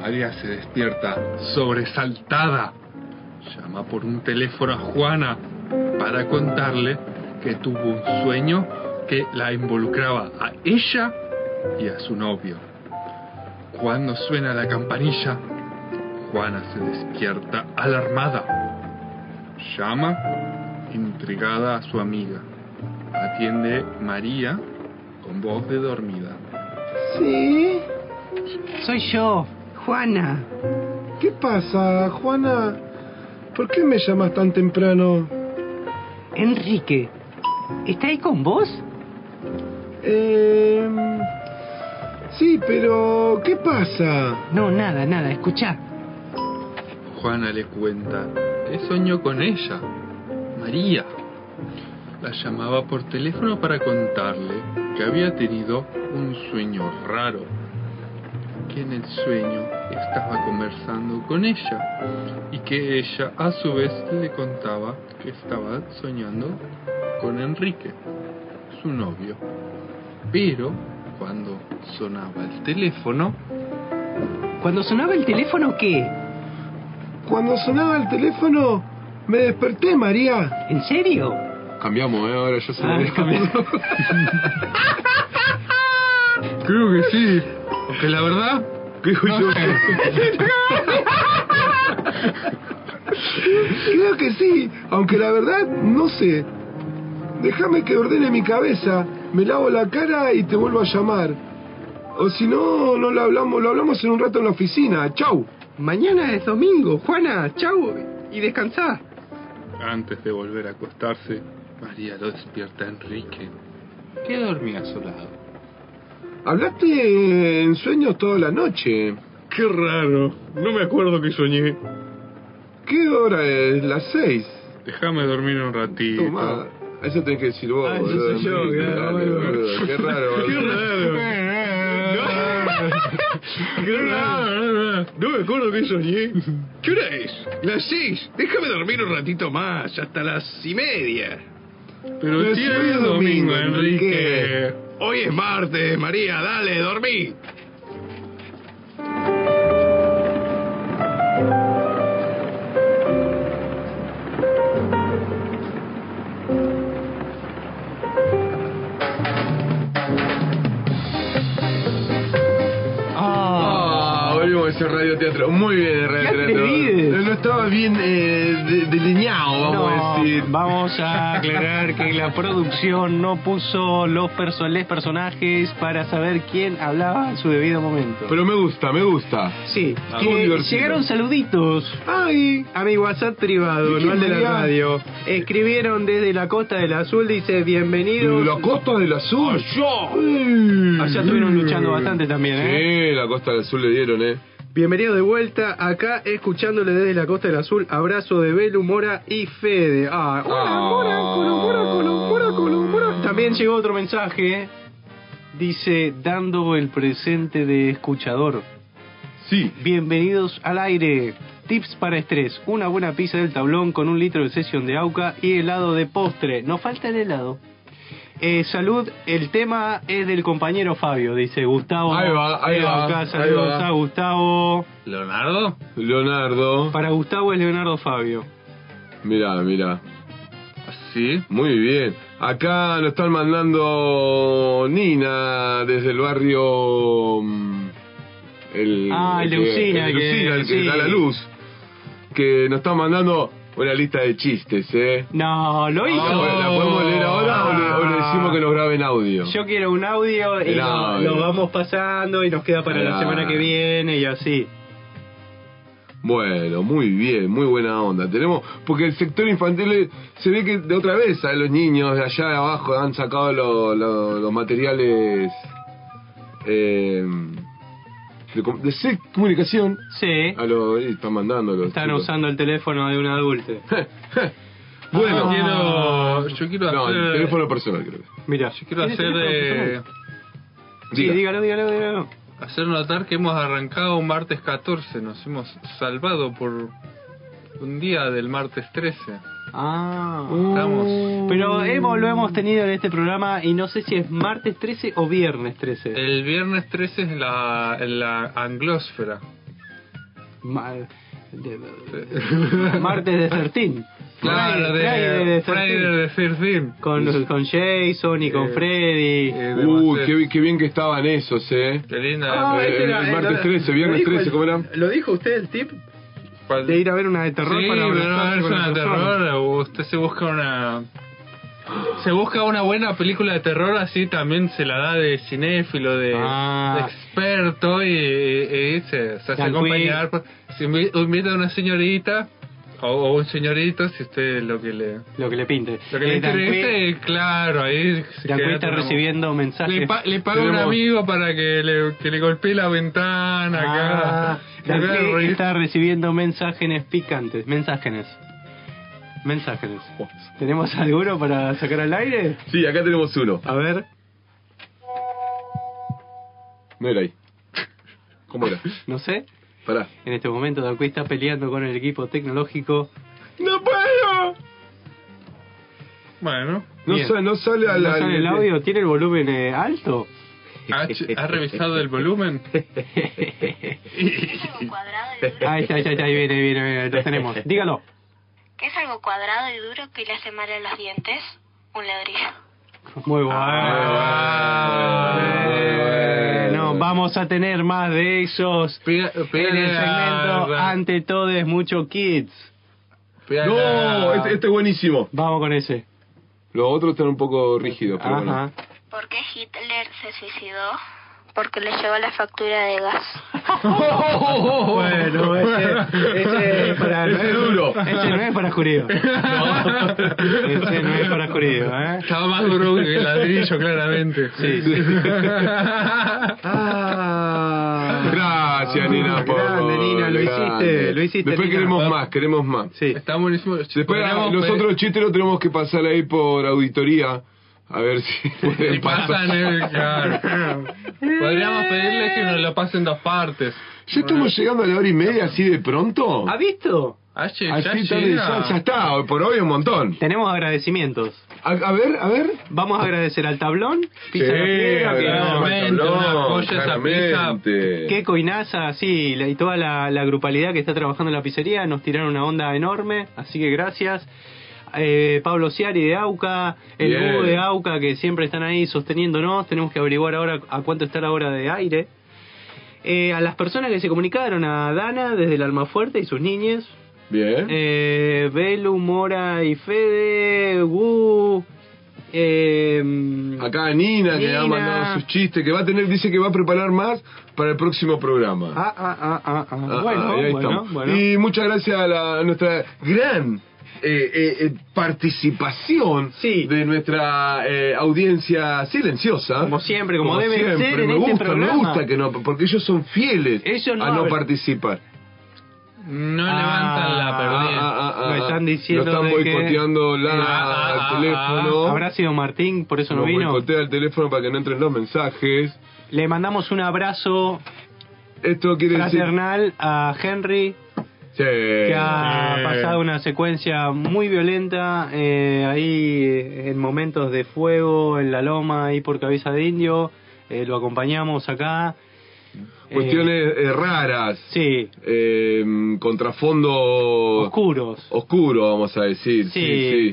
María se despierta, sobresaltada. Llama por un teléfono a Juana para contarle que tuvo un sueño que la involucraba a ella y a su novio. Cuando suena la campanilla, Juana se despierta alarmada. Llama, intrigada a su amiga. Atiende María con voz de dormida.
Sí. Soy yo, Juana.
¿Qué pasa, Juana? ¿Por qué me llamas tan temprano?
Enrique, ¿está ahí con vos?
Eh... Sí, pero ¿qué pasa?
No, nada, nada, escuchá.
Juana le cuenta que soñó con ella, María. La llamaba por teléfono para contarle que había tenido un sueño raro. que en el sueño estaba conversando con ella y que ella a su vez le contaba que estaba soñando con Enrique, su novio. Pero cuando sonaba el teléfono,
¿Cuando sonaba el teléfono qué?
Cuando sonaba el teléfono, me desperté, María.
¿En serio?
Cambiamos, ¿eh? Ahora yo soy
Ah,
el
creo que sí, aunque la verdad, creo yo
[LAUGHS] Creo que sí, aunque la verdad, no sé. Déjame que ordene mi cabeza, me lavo la cara y te vuelvo a llamar. O si no, no lo hablamos, lo hablamos en un rato en la oficina. Chau.
Mañana es domingo, Juana, chau y descansá.
Antes de volver a acostarse, María lo despierta a Enrique, que dormía a su lado.
Hablaste en sueños toda la noche.
Qué raro, no me acuerdo que soñé.
¿Qué hora es? Las seis.
Déjame dormir un ratito.
Tomá. A Eso tenés que decir vos.
Ah, eso
boludo.
soy yo,
Dale,
claro,
boludo.
boludo.
Qué raro.
[LAUGHS] Qué
boludo. [LAUGHS]
Qué raro.
No me acuerdo que soñé. [LAUGHS] ¿Qué hora es? Las seis. Déjame dormir un ratito más, hasta las y media.
Pero
Pero
el
si
día
hoy
es
es
domingo,
domingo,
Enrique.
Hoy es martes, María, dale, dormí.
Ah, volvimos a hacer radioteatro. Muy bien, el radioteatro.
atrevido.
No estaba bien eh, de- delineado, vamos
No,
a decir.
vamos a aclarar que la producción no puso los perso- les personajes para saber quién hablaba en su debido momento.
Pero me gusta, me gusta.
Sí,
Ah, muy
que
divertido.
llegaron saluditos. Ay, a mi WhatsApp privado,
¿De
no al de
quién
la
sería?
radio. Escribieron desde la Costa del Azul, dice, bienvenidos.
La Costa del Azul.
Ah,
Mm.
Allá estuvieron luchando bastante también, ¿eh?
Sí, la Costa del Azul le dieron, ¿eh?
Bienvenidos de vuelta, acá escuchándole desde la Costa del Azul. Abrazo de Belu, Mora y Fede. Ah, hola, Mora, colo, Mora, colo, Mora, colo, Mora.
También llegó otro mensaje. ¿eh? Dice, dando el presente de escuchador.
Sí.
Bienvenidos al aire. Tips para estrés. Una buena pizza del tablón con un litro de sesión de auca y helado de postre. Nos falta el helado. Eh, salud, el tema es del compañero Fabio, dice Gustavo.
Ahí va, ahí
de
va,
Auca.
ahí
Saludos
va.
a Gustavo.
¿Leonardo?
Leonardo.
Para Gustavo es Leonardo Fabio.
Mirá, mirá.
Sí.
Muy bien. Acá nos están mandando Nina desde el barrio. mm, El,
Ah, el de Usina,
El de
que-
Usina, el que
sí.
da la luz. Que nos están mandando una lista de chistes, ¿eh?
No, lo hizo.
Ah, bueno, ¿La podemos leer ahora o le, o le decimos que nos graben audio?
Ah. Yo quiero un audio y
El
lo-
audio.
lo vamos pasando y nos queda para la
Ah.
semana que viene y así.
Bueno, muy bien, muy buena onda. Tenemos, porque el sector infantil eh, se ve que de otra vez a los niños de allá de abajo han sacado lo- lo- los materiales eh, de, com- de se- comunicación.
Sí,
A los y están mandando los
están
chicos.
usando el teléfono de un adulto.
[LAUGHS] bueno,
Yo
Ah.
quiero. Yo quiero
no, el
hacer.
teléfono personal creo. que.
Mira,
yo quiero hacer. eh,
Sí,
Diga.
dígalo, dígalo, dígalo.
hacer notar que hemos arrancado un martes 14. Nos hemos salvado por un día del martes 13.
Ah,
Estamos.
pero hemos, lo hemos tenido en este programa y no sé si es martes 13 o viernes 13.
El viernes 13 es la, la anglósfera.
Ma-
[LAUGHS]
de- martes de 13.
Claro, de-
Friday de 13.
Friday de 13.
Con, con Jason y con
Eh,
Freddy.
Eh, de
Uy,
Marcel.
qué, bi- qué bien que estaban esos, eh.
Qué linda.
Ah,
el-
ese era-
el martes 13,
¿lo
viernes
dijo el-
13, ¿cómo era?
¿Lo dijo usted el tip?
¿Cuál?
De ir a ver una de terror
sí,
para
pero no
abrazarse
es
con la
una de
persona.
terror. o Usted se busca una. Se busca una buena película de terror, así también se la da de cinéfilo, de,
Ah.
de experto, y, y- y se, se hace
Tranquil.
acompañar. por- Si invi- invita a una señorita o, o un señorito, si usted lo que le,
Lo que le pinte.
lo que le
Eh, Dan
interesa,
Quinn-
eh, claro, ahí se
Dan Quinn
queda
está
con la-
recibiendo mensajes.
Le, pa- le paga un
Tenemos-
amigo para que le, que le golpee la ventana
Ah,
acá. Se
Dan
ve
Quinn
reír.
está recibiendo mensajes picantes. Mensajes. Mensajes. ¿Tenemos alguno para sacar al aire?
Sí, acá tenemos uno.
A ver.
No era ahí. ¿Cómo era?
No sé.
Pará.
En este momento Danqui está peleando con el equipo tecnológico.
¡No puedo!
Bueno.
No,
Bien.
sa- no sale al
¿No
al-
sale el audio? ¿Tiene el volumen eh, alto?
H, ¿Ha revisado
[LAUGHS]
el volumen?
Ahí está, ahí está, ahí viene, viene, viene, lo
[LAUGHS]
tenemos. Dígalo.
¿Qué es algo cuadrado y duro que le hace mal a los dientes? Un ladrillo.
Muy bueno.
Ah,
Ah,
Bueno, vamos a tener más de esos en el segmento Ante todo es mucho kids.
No, este, este es buenísimo.
Vamos con ese.
Los otros están un poco rígidos, pero bueno.
¿Por qué Hitler se suicidó? Porque le llevó la factura de gas.
Oh, [LAUGHS]
Bueno,
este,
ese,
[LAUGHS]
ese es para
Ese es duro.
Ese no es para judío. Ese no es para judío, ¿eh?
este.
Estaba más duro que el ladrillo, claramente.
Sí, sí.
Ah. Gracias, Nina. por-
Ah, grande, Nina, lo
grande.
hiciste, lo hiciste,
Después
Nina.
queremos más, queremos más.
[LAUGHS] Está buenísimo.
Después ah, los otros chistes los tenemos que pasar ahí por auditoría. A ver
[LAUGHS]
si pueden
Si pasan, eh, claro. Podríamos pedirles que nos lo pasen dos partes.
Ya estamos llegando a la hora y media así de pronto.
¿Ha visto?
H, ya
Así tarde,
llega.
ya, ya está, hoy por hoy un montón.
Tenemos agradecimientos.
A, ver, a ver.
Vamos a agradecer al tablón.
Sí,
Pizarro Piedra,
agradecimiento
Piedra,
al
una
tablón,
joya esa
claramente.
pizza. Keco y NASA, sí, la- y toda la, la grupalidad que está trabajando en la pizzería nos tiraron una onda enorme, así que gracias. Eh, Pablo Ciari de AUCA, el
Bien.
Hugo de AUCA que siempre están ahí sosteniéndonos, tenemos que averiguar ahora a cuánto está la hora de aire. Eh, a las personas que se comunicaron, a Dana desde el Almafuerte y sus niñes,
Bien.
eh, Belu, Mora y Fede, Gu. Eh,
Acá Nina, que ha
Nina.
mandado sus chistes, que va a tener, dice que va a preparar más para el próximo programa.
ah, ah, ah, ah, ah.
Ah,
Bueno,
ah, ahí
bueno,
estamos.
bueno.
Y muchas gracias a, la- a nuestra gran eh, eh, eh, participación de nuestra eh, audiencia silenciosa.
Como siempre, como debe
siempre.
ser en
me
este
gusta,
programa.
Me gusta que no, porque ellos son fieles
Ellos no
a no
hablan.
participar.
No
Ah,
levantan la perdida.
Ah, ah,
Me están diciendo
Lo están
de que-
boicoteando la,
Ah, ah, ah,
el teléfono.
Habrá sido Martín, por eso no
Lo
vino.
boicotea el teléfono para que no entren los mensajes.
Le mandamos un abrazo
Esto quiere decir...
fraternal a Henry,
Sí.
que ha
Sí.
pasado una secuencia muy violenta eh, ahí eh, en momentos de fuego, en la loma, ahí por cabeza de indio. Eh, lo acompañamos acá. Eh,
Cuestiones eh, raras.
sí,
eh, contrafondo
oscuros.
oscuro, vamos a decir. Sí,
Sí,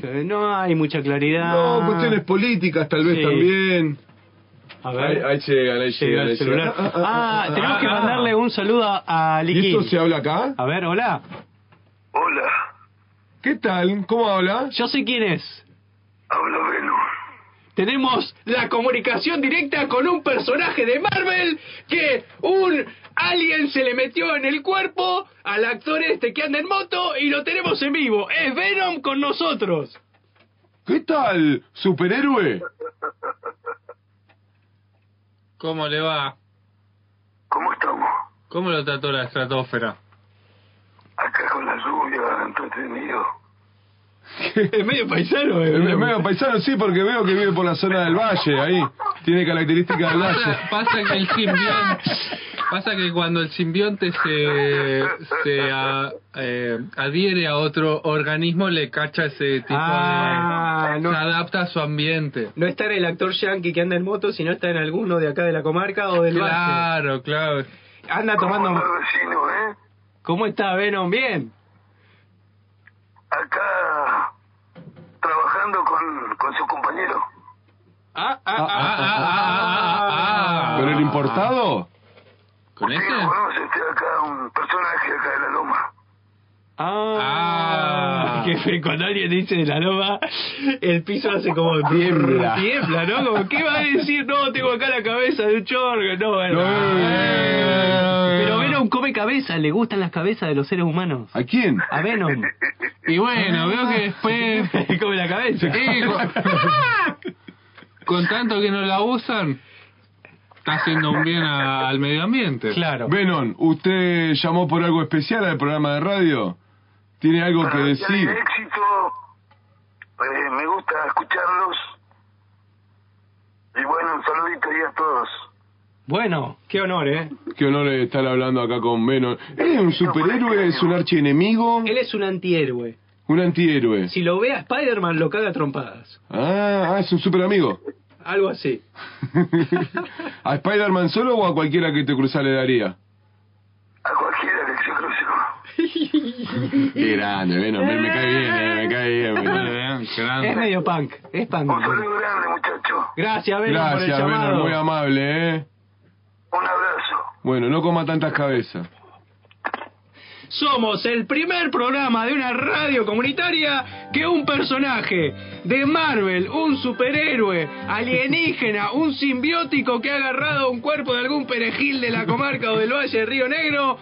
sí.
eh, no hay mucha claridad.
No, cuestiones políticas tal vez
Sí.
también.
A
Ahí,
ver,
ahí llegan, ahí
llega
llegan.
el
ahí
celular.
llegan.
Ah, tenemos que mandarle un saludo a, a
¿Y
Liquín.
esto se habla acá?
A ver, hola.
Hola,
¿Qué tal? ¿Cómo habla?
Yo sé quién es.
habla Venom.
Tenemos la comunicación directa con un personaje de Marvel que un alien se le metió en el cuerpo al actor este que anda en moto y lo tenemos en vivo. Es Venom con nosotros. [LAUGHS]
¿Qué tal, superhéroe?
¿Cómo le va?
¿Cómo estamos?
¿Cómo lo trató la estratosfera?
Acá con la lluvia, entretenido.
es medio paisano, eh,
El
Venom.
medio paisano, sí, porque veo que vive por la zona del valle, ahí. Tiene características del valle.
Pasa, [LAUGHS] pasa que el simbionte... Pasa que cuando el simbionte se, se a- eh, adhiere a otro organismo, le cacha ese tipo
Ah,
de...
no.
Se adapta a su ambiente.
No está en el actor yankee que anda en moto, sino está en alguno de acá de la comarca o del valle.
Claro, claro.
Anda tomando...
Hola, vecino, ¿eh?
¿Cómo está Venom? Bien.
Acá trabajando con, con su compañero.
Ah, ah, ah,
Ah, ah, ah, ah, ah, ah.
¿Pero el importado?
¿Con
Sí,
ese?
lo conoce usted acá, un personaje acá de la loma.
Ah,
Ah.
que [LAUGHS] fe- cuando alguien dice la loma, el piso hace como
Tiembla.
[LAUGHS] Tiembla, ¿no? Como, ¿qué va a decir? No, tengo acá la cabeza de un chorro. No, bueno.
No.
Pero Venom come cabeza, le gustan las cabezas de los seres humanos.
¿A quién? [LAUGHS]
A Venom.
Y bueno, veo que después...
come la cabeza.
Sí, con, con tanto que no la usan, está haciendo un bien a- al medio ambiente.
Claro.
Venon, ¿usted llamó por algo especial al programa de radio? ¿Tiene algo que
Ah,
Para los días
decir?
de éxito, eh, me gusta escucharlos. Y bueno, un saludito ahí a todos.
Bueno, qué honor, ¿eh?
Qué honor estar hablando acá con Venom. ¿Es un superhéroe? ¿Es un archienemigo?
Él es un antihéroe.
¿Un antihéroe?
Si lo ve a Spider-Man, lo caga a trompadas.
Ah, ah, es un superamigo.
Algo así.
[LAUGHS] ¿A Spider-Man solo o a cualquiera que te cruza le daría?
A cualquiera que se cruce.
Qué grande, Venom. Me, me cae bien, eh, me cae bien. Me cae
[LAUGHS]
bien. Grande.
Es medio punk. Es punk.
Un
[LAUGHS]
saludo grande, muchacho.
Gracias, Venom, por el
Gracias,
llamado.
Venom. Muy amable, ¿eh?
Un abrazo.
Bueno, no coma tantas cabezas.
Somos el primer programa de una radio comunitaria que un personaje de Marvel, un superhéroe, alienígena, un simbiótico que ha agarrado un cuerpo de algún perejil de la comarca o del Valle de Río Negro,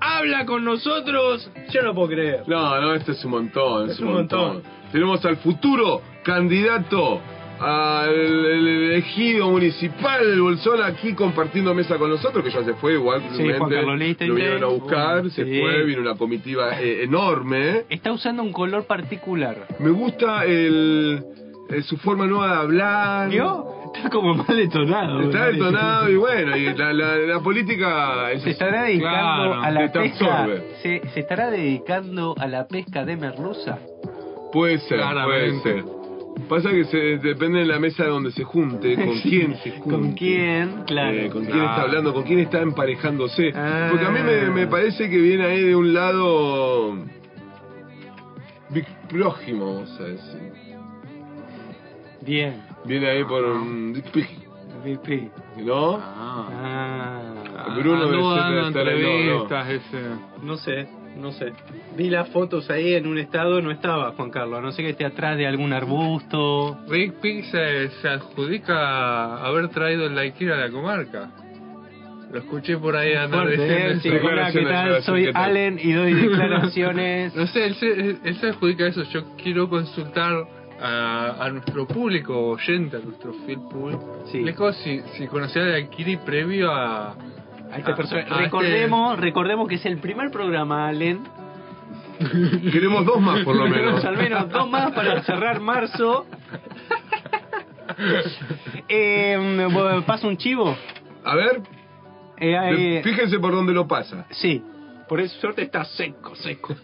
habla con nosotros. Yo no puedo creer.
No, no, esto es un montón, es,
Es
un
un
montón. Tenemos al futuro candidato al el elegido municipal del Bolsón aquí compartiendo mesa con nosotros, que ya se fue igual. simplemente
Juan Carlos Leite,
Lo vinieron a buscar, se
sí.
fue, vino una comitiva eh, enorme.
Está usando un color particular.
Me gusta el, eh, su forma nueva de hablar.
¿Vio? Está como mal detonado.
Está
¿verdad?
detonado y bueno, y la, la- la política... es-
Se estará dedicando
Claro,
a
te
la
te
pesca.
absorbe.
Se, se estará dedicando a la pesca de merluza.
Puede ser, puede
Claramente.
ser. Pasa que se, depende de la mesa donde se junte,
[LAUGHS]
con
Sí.
quién se junte.
¿Con quién? Claro.
eh, con quién
Claro.
está hablando, con quién está emparejándose.
Ah.
Porque a mí me, me parece que viene ahí de un lado. Big prójimo, vamos a decir.
Bien.
Viene ahí por un. Big Pig,
Pipi.
¿No?
Ah.
Ah.
Bruno debe
no
ser-
dando
estar ahí, no, no.
entrevistas, ese.
No sé, no sé. Vi las fotos ahí en un estado, no estaba Juan Carlos. a No sé que esté atrás de algún arbusto.
Big Pig se, se adjudica haber traído el Laikira a la comarca. Lo escuché por ahí andar
Fuerte,
diciendo
¿eh? Sí,
eso.
hola, ¿qué tal?
declaraciones,
Soy
¿qué tal?
Allen
[LAUGHS]
y doy declaraciones.
No sé, él se, él se adjudica eso. Yo quiero consultar a, a nuestro público oyente, a nuestro fiel público,
Sí.
Leco, si, si conocía a Laikiri previo a...
A este
a-
personaje.
a este-
recordemos, recordemos que es el primer programa, Allen.
[LAUGHS] Queremos dos más, por lo menos.
Tenemos al menos dos más para
[LAUGHS]
cerrar marzo. Eh, bueno, ¿Pasa un chivo?
A ver,
Eh,
de-
eh,
fíjense por dónde lo pasa.
sí. Por eso suerte está seco, seco.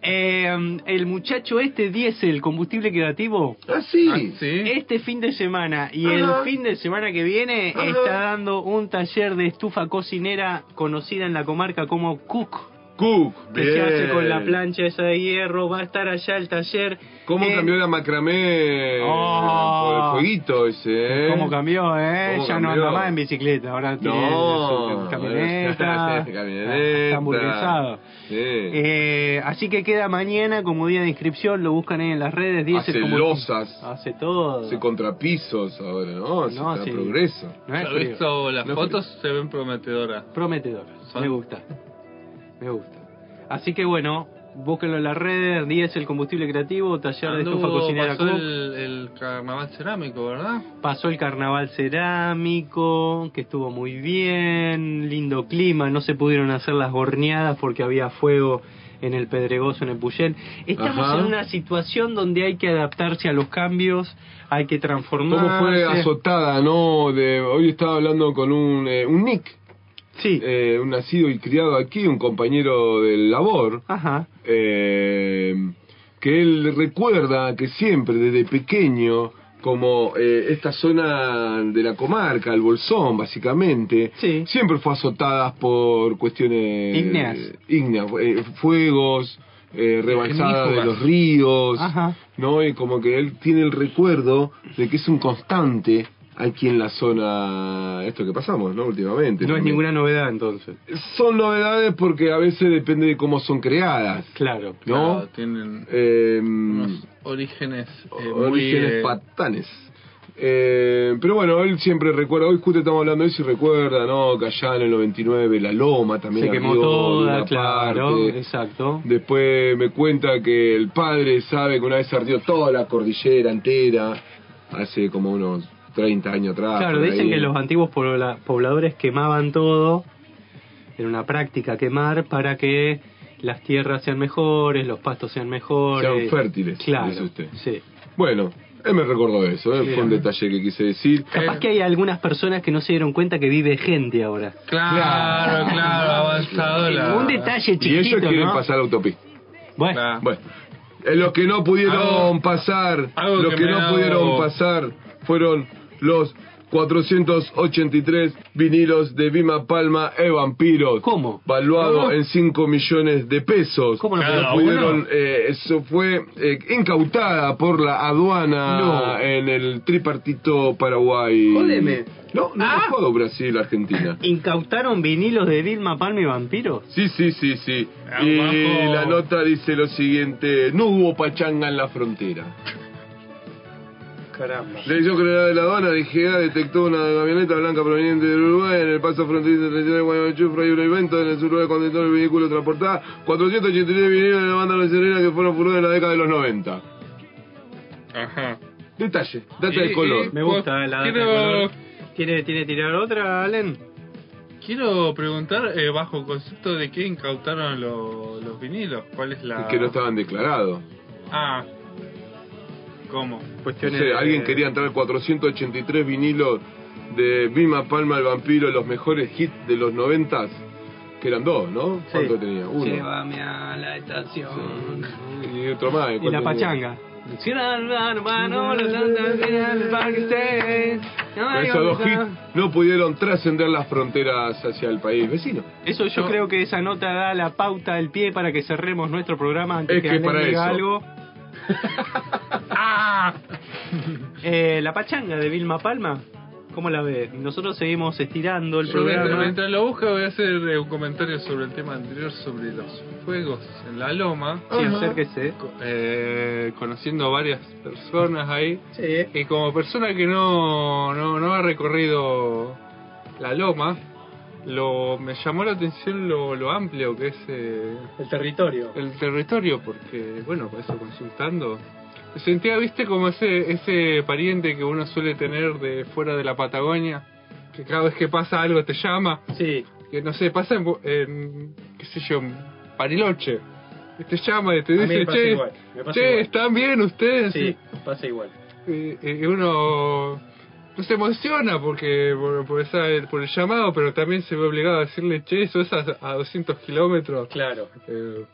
Eh, el muchacho este diésel, combustible creativo,
Ah, sí.
Ah, sí.
este fin de semana y
Ajá.
el fin de semana que viene
Ajá.
está dando un taller de estufa cocinera conocida en la comarca como Cook.
Cook,
que
bien.
se hace con la plancha esa de hierro, va a estar allá el taller.
¿Cómo
Eh,
cambió la macramé?
Oh.
Por el fueguito ese, ¿eh?
¿Cómo cambió, eh?
¿Cómo
ya no
cambió?
anda más en bicicleta, ahora tiene
No, [LAUGHS]
su camioneta,
camioneta.
está hamburguesado.
Sí.
Eh, así que queda mañana como día de inscripción, lo buscan ahí en las redes, dice
hace
como-
losas,
hace todo.
hace contrapisos ahora, ¿no? Hace
No,
está
sí.
progreso.
No es
Yo he
frío.
visto las
No es
fotos, se ven prometedoras.
Prometedora.
Son-
Me gusta. Me gusta. Así que bueno, búsquenlo en las redes, 10 el combustible creativo, taller de estufa
Anduvo-
cocinera
pasó
Cook.
el, el carnaval cerámico, ¿verdad?
Pasó el carnaval cerámico, que estuvo muy bien, lindo clima, no se pudieron hacer las gorneadas porque había fuego en el Pedregoso, en el Puyén. Estamos
Ajá.
en una situación donde hay que adaptarse a los cambios, hay que transformarse.
¿Cómo fue azotada, no? De, hoy estaba hablando con un, eh, un Nick,
Sí.
eh, un nacido y criado aquí, un compañero del labor,
Ajá.
eh, que él recuerda que siempre, desde pequeño, como eh, esta zona de la comarca, el Bolsón, básicamente,
Sí.
siempre fue azotada por cuestiones
Ígneas.
ígneas, eh, fuegos, eh, rebalsada de
Ignífugas.
los ríos,
Ajá.
¿no? Y como que él tiene el recuerdo de que es un constante aquí en la zona, esto que pasamos, ¿no? Últimamente.
No es
también.
ninguna novedad entonces.
Son novedades porque a veces depende de cómo son creadas,
Claro.
¿no?
Claro, tienen
Eh,
unos orígenes, eh, muy,
orígenes
eh,
patanes. Eh, pero bueno, él siempre recuerda, hoy justo estamos hablando de eso y recuerda, ¿no? Que allá en el 99 la loma también
Se quemó
ardió de
toda,
una
claro,
parte.
exacto.
Después me cuenta que el padre sabe que una vez ardió toda la cordillera entera, hace como unos 30 años atrás.
Claro,
por
dicen
ahí.
que los antiguos pobla- pobladores quemaban todo, era una práctica quemar para que las tierras sean mejores, los pastos sean mejores.
Sean fértiles,
Claro,
dice usted.
sí.
Bueno, Él me recordó eso, eh, fue un detalle que quise decir.
Capaz que hay algunas personas que no se dieron cuenta que vive gente ahora.
Claro, claro, avanzado la...
Un detalle
Y ellos
chiquito,
quieren
¿no?
pasar la autopista.
Bueno.
Bueno. Eh, los que no pudieron
Algo-
pasar,
algo
los
que
que,
me
no
ha dado-
pudieron pasar fueron los 483 vinilos de Vima Palma e Vampiros.
¿Cómo?
Valuado
¿Cómo?
en 5 millones de pesos.
¿Cómo no
No
Cada
pudieron,
uno?
eh, eso fue eh, incautada por la aduana
No.
en el tripartito Paraguay.
Jodeme. ¿Ah?
No, no los jodo Brasil, Argentina.
¿Incautaron vinilos de Vilma Palma y Vampiro?
Sí, sí, sí, sí. Y
bajo.
la nota dice lo siguiente, no hubo pachanga en la frontera.
Caramba.
La dirección general de la aduana DGA detectó una camioneta blanca proveniente del Uruguay en el paso fronterizo de la de Guayaquil, fray un evento en el sur de conductor el vehículo transportado 483 vinilos de la banda nacional que fueron furor en la década de los 90.
Ajá.
Detalle, data
Y-
de
y-
color.
Me gusta la data de
Quiero-
color. ¿Quiere, ¿Tiene tirar otra, Allen?
Quiero preguntar, eh, bajo concepto de qué incautaron lo- los vinilos, cuál es la...
Que no estaban declarados.
Ah, ¿cómo?
No sé, alguien quería entrar 483 vinilos de Vilma Palma el Vampiro, los mejores hits de los 90 que eran dos, ¿no? ¿Cuánto tenía? Uno.
Llévame a la estación.
Y otro más. ¿eh?
Y la
¿cuánto tenía?
pachanga.
Con esos dos hits no pudieron trascender las fronteras hacia el país vecino.
Eso yo creo que esa nota da la pauta del pie para que cerremos nuestro programa antes
Es que
Alem
para
diga
eso. [LAUGHS]
algo. Ah. Eh, la pachanga de Vilma Palma, ¿cómo la ve? Nosotros seguimos estirando el
Yo mientras,
programa.
mientras lo busca voy a hacer eh, un comentario sobre el tema anterior sobre los fuegos en la loma.
Sí, Ajá. acérquese.
Co- eh, conociendo varias personas ahí. Y como persona que no, no, no ha recorrido la loma, lo me llamó la atención lo, lo amplio que es el territorio. El territorio, porque bueno, por eso consultando. Sentía, viste, como ese, ese pariente que uno suele tener de fuera de la Patagonia, que cada vez que pasa algo te llama.
Sí.
Que no sé, pasa en, Bu- en, qué sé yo, en Pariloche. Te llama y te
A mí me
dice,
pasa
che,
igual, me pasa
che,
igual".
¿están bien ustedes?
Sí, pasa igual.
Eh, eh, uno no se emociona porque por, por esa- por el llamado, pero también se ve obligado a decirle, che, eso es a, a 200 kilómetros.
Claro.
Eh,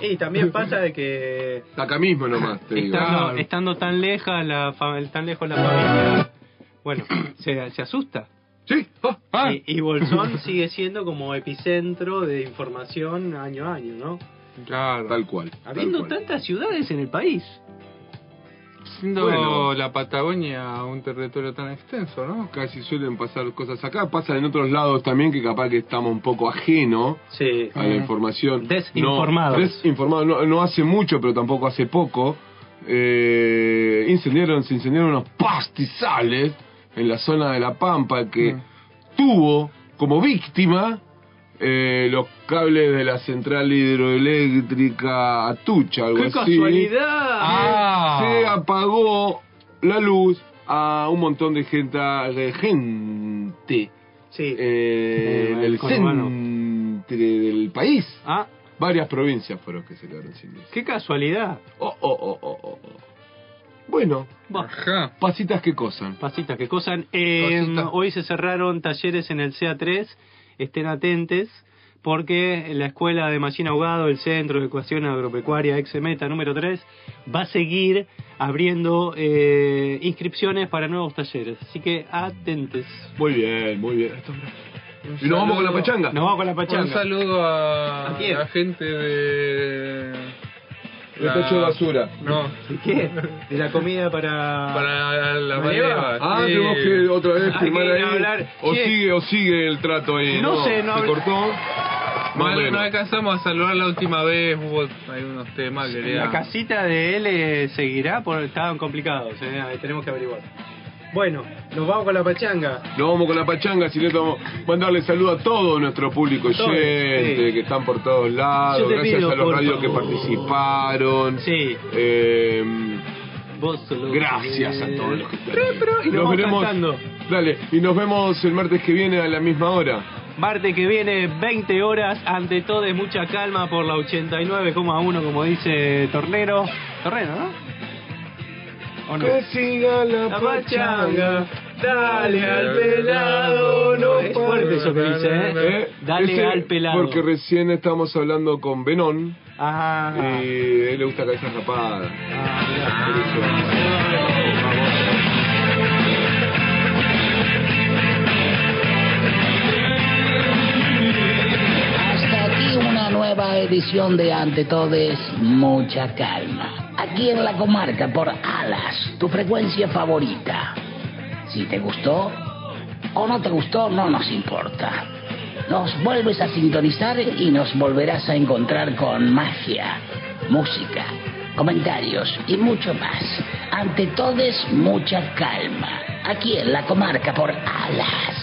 Y
[LAUGHS]
también pasa de que
Acá mismo nomás, te digo.
estando, estando tan leja la fa- tan lejos la familia,
[COUGHS]
bueno, se, se asusta.
Sí.
ah,
Ah.
Y, y Bolsón sigue siendo como epicentro de información año a año, ¿no?
Claro.
Tal cual.
Habiendo tantas ciudades en el país.
siendo
Bueno.
la Patagonia un territorio tan extenso, ¿no?
Casi suelen pasar cosas acá, pasan en otros lados también que capaz que estamos un poco ajeno
Sí.
a la información.
Eh, Desinformados.
No, desinformados. No, no hace mucho, pero tampoco hace poco. eh, incendiaron, se incendiaron unos pastizales en la zona de La Pampa que
Mm.
tuvo como víctima eh, los cables de la central hidroeléctrica Atucha, algo
¡Qué
así.
casualidad!
Ah. Se apagó la luz a un montón de gente, de gente
sí.
eh,
Eh,
del
conurbano.
centro del país.
Ah.
Varias provincias fueron que se quedaron sin luz.
¡Qué casualidad!
Oh, oh, oh, oh, oh, oh. Bueno, pasitas que cosan.
Pasitas que cosan. Eh, hoy se cerraron talleres en el CA3. Estén atentes porque la escuela de Machín Ahogado, el Centro de Ecuación Agropecuaria Exemeta número 3, va a seguir abriendo eh, inscripciones para nuevos talleres. Así que atentes.
Muy bien, muy bien. Y nos vamos con la pachanga.
Nos vamos con la
Un
pachanga.
saludo a,
¿A quién?
la gente de...
El techo de basura.
No,
¿Qué? De la comida para...
para la
¿Maneva?
maneva.
Ah,
sí.
tenemos que otra vez
Hay
firmar
que
ahí.
hablar.
O
Sí.
sigue, o sigue el trato ahí.
No sé, no
eh, Se
habl-
cortó. Más o
Mal, no
menos.
alcanzamos a saludar la última vez, hubo algunos temas que
La
eran-
casita de él eh, seguirá, por, estaban complicados, eh, tenemos que averiguar. Bueno, nos vamos con la pachanga.
Nos vamos con la pachanga, si no vamos a mandarle saludo a todo nuestro público
Todo,
oyente,
sí.
que están por todos lados,
Yo te
gracias
pido,
a los
por
radios que
favor.
participaron.
Sí.
Eh,
Vos solo.
gracias a todos los que están. ahí.
Y nos vamos cantando.
Dale, y nos vemos el martes que viene a la misma hora.
Martes que viene, 20 horas, ante todo es mucha calma por la 89,1 como dice Tornero. Tornero, ¿no? ¿O no?
Que siga la,
La
pachanga.
pachanga.
Dale al pelado, no
Es fuerte eso que dice, ¿eh? Dale al pelado.
Porque recién estamos hablando con Benón.
Ah.
Y a él le gusta cabeza rapada.
Hasta aquí una nueva edición de Ante Todes, mucha calma. Aquí en la comarca por Alas, tu frecuencia favorita. Si te gustó o no te gustó, no nos importa. Nos vuelves a sintonizar y nos volverás a encontrar con magia, música, comentarios y mucho más. Ante Todes, mucha calma. Aquí en la comarca por Alas.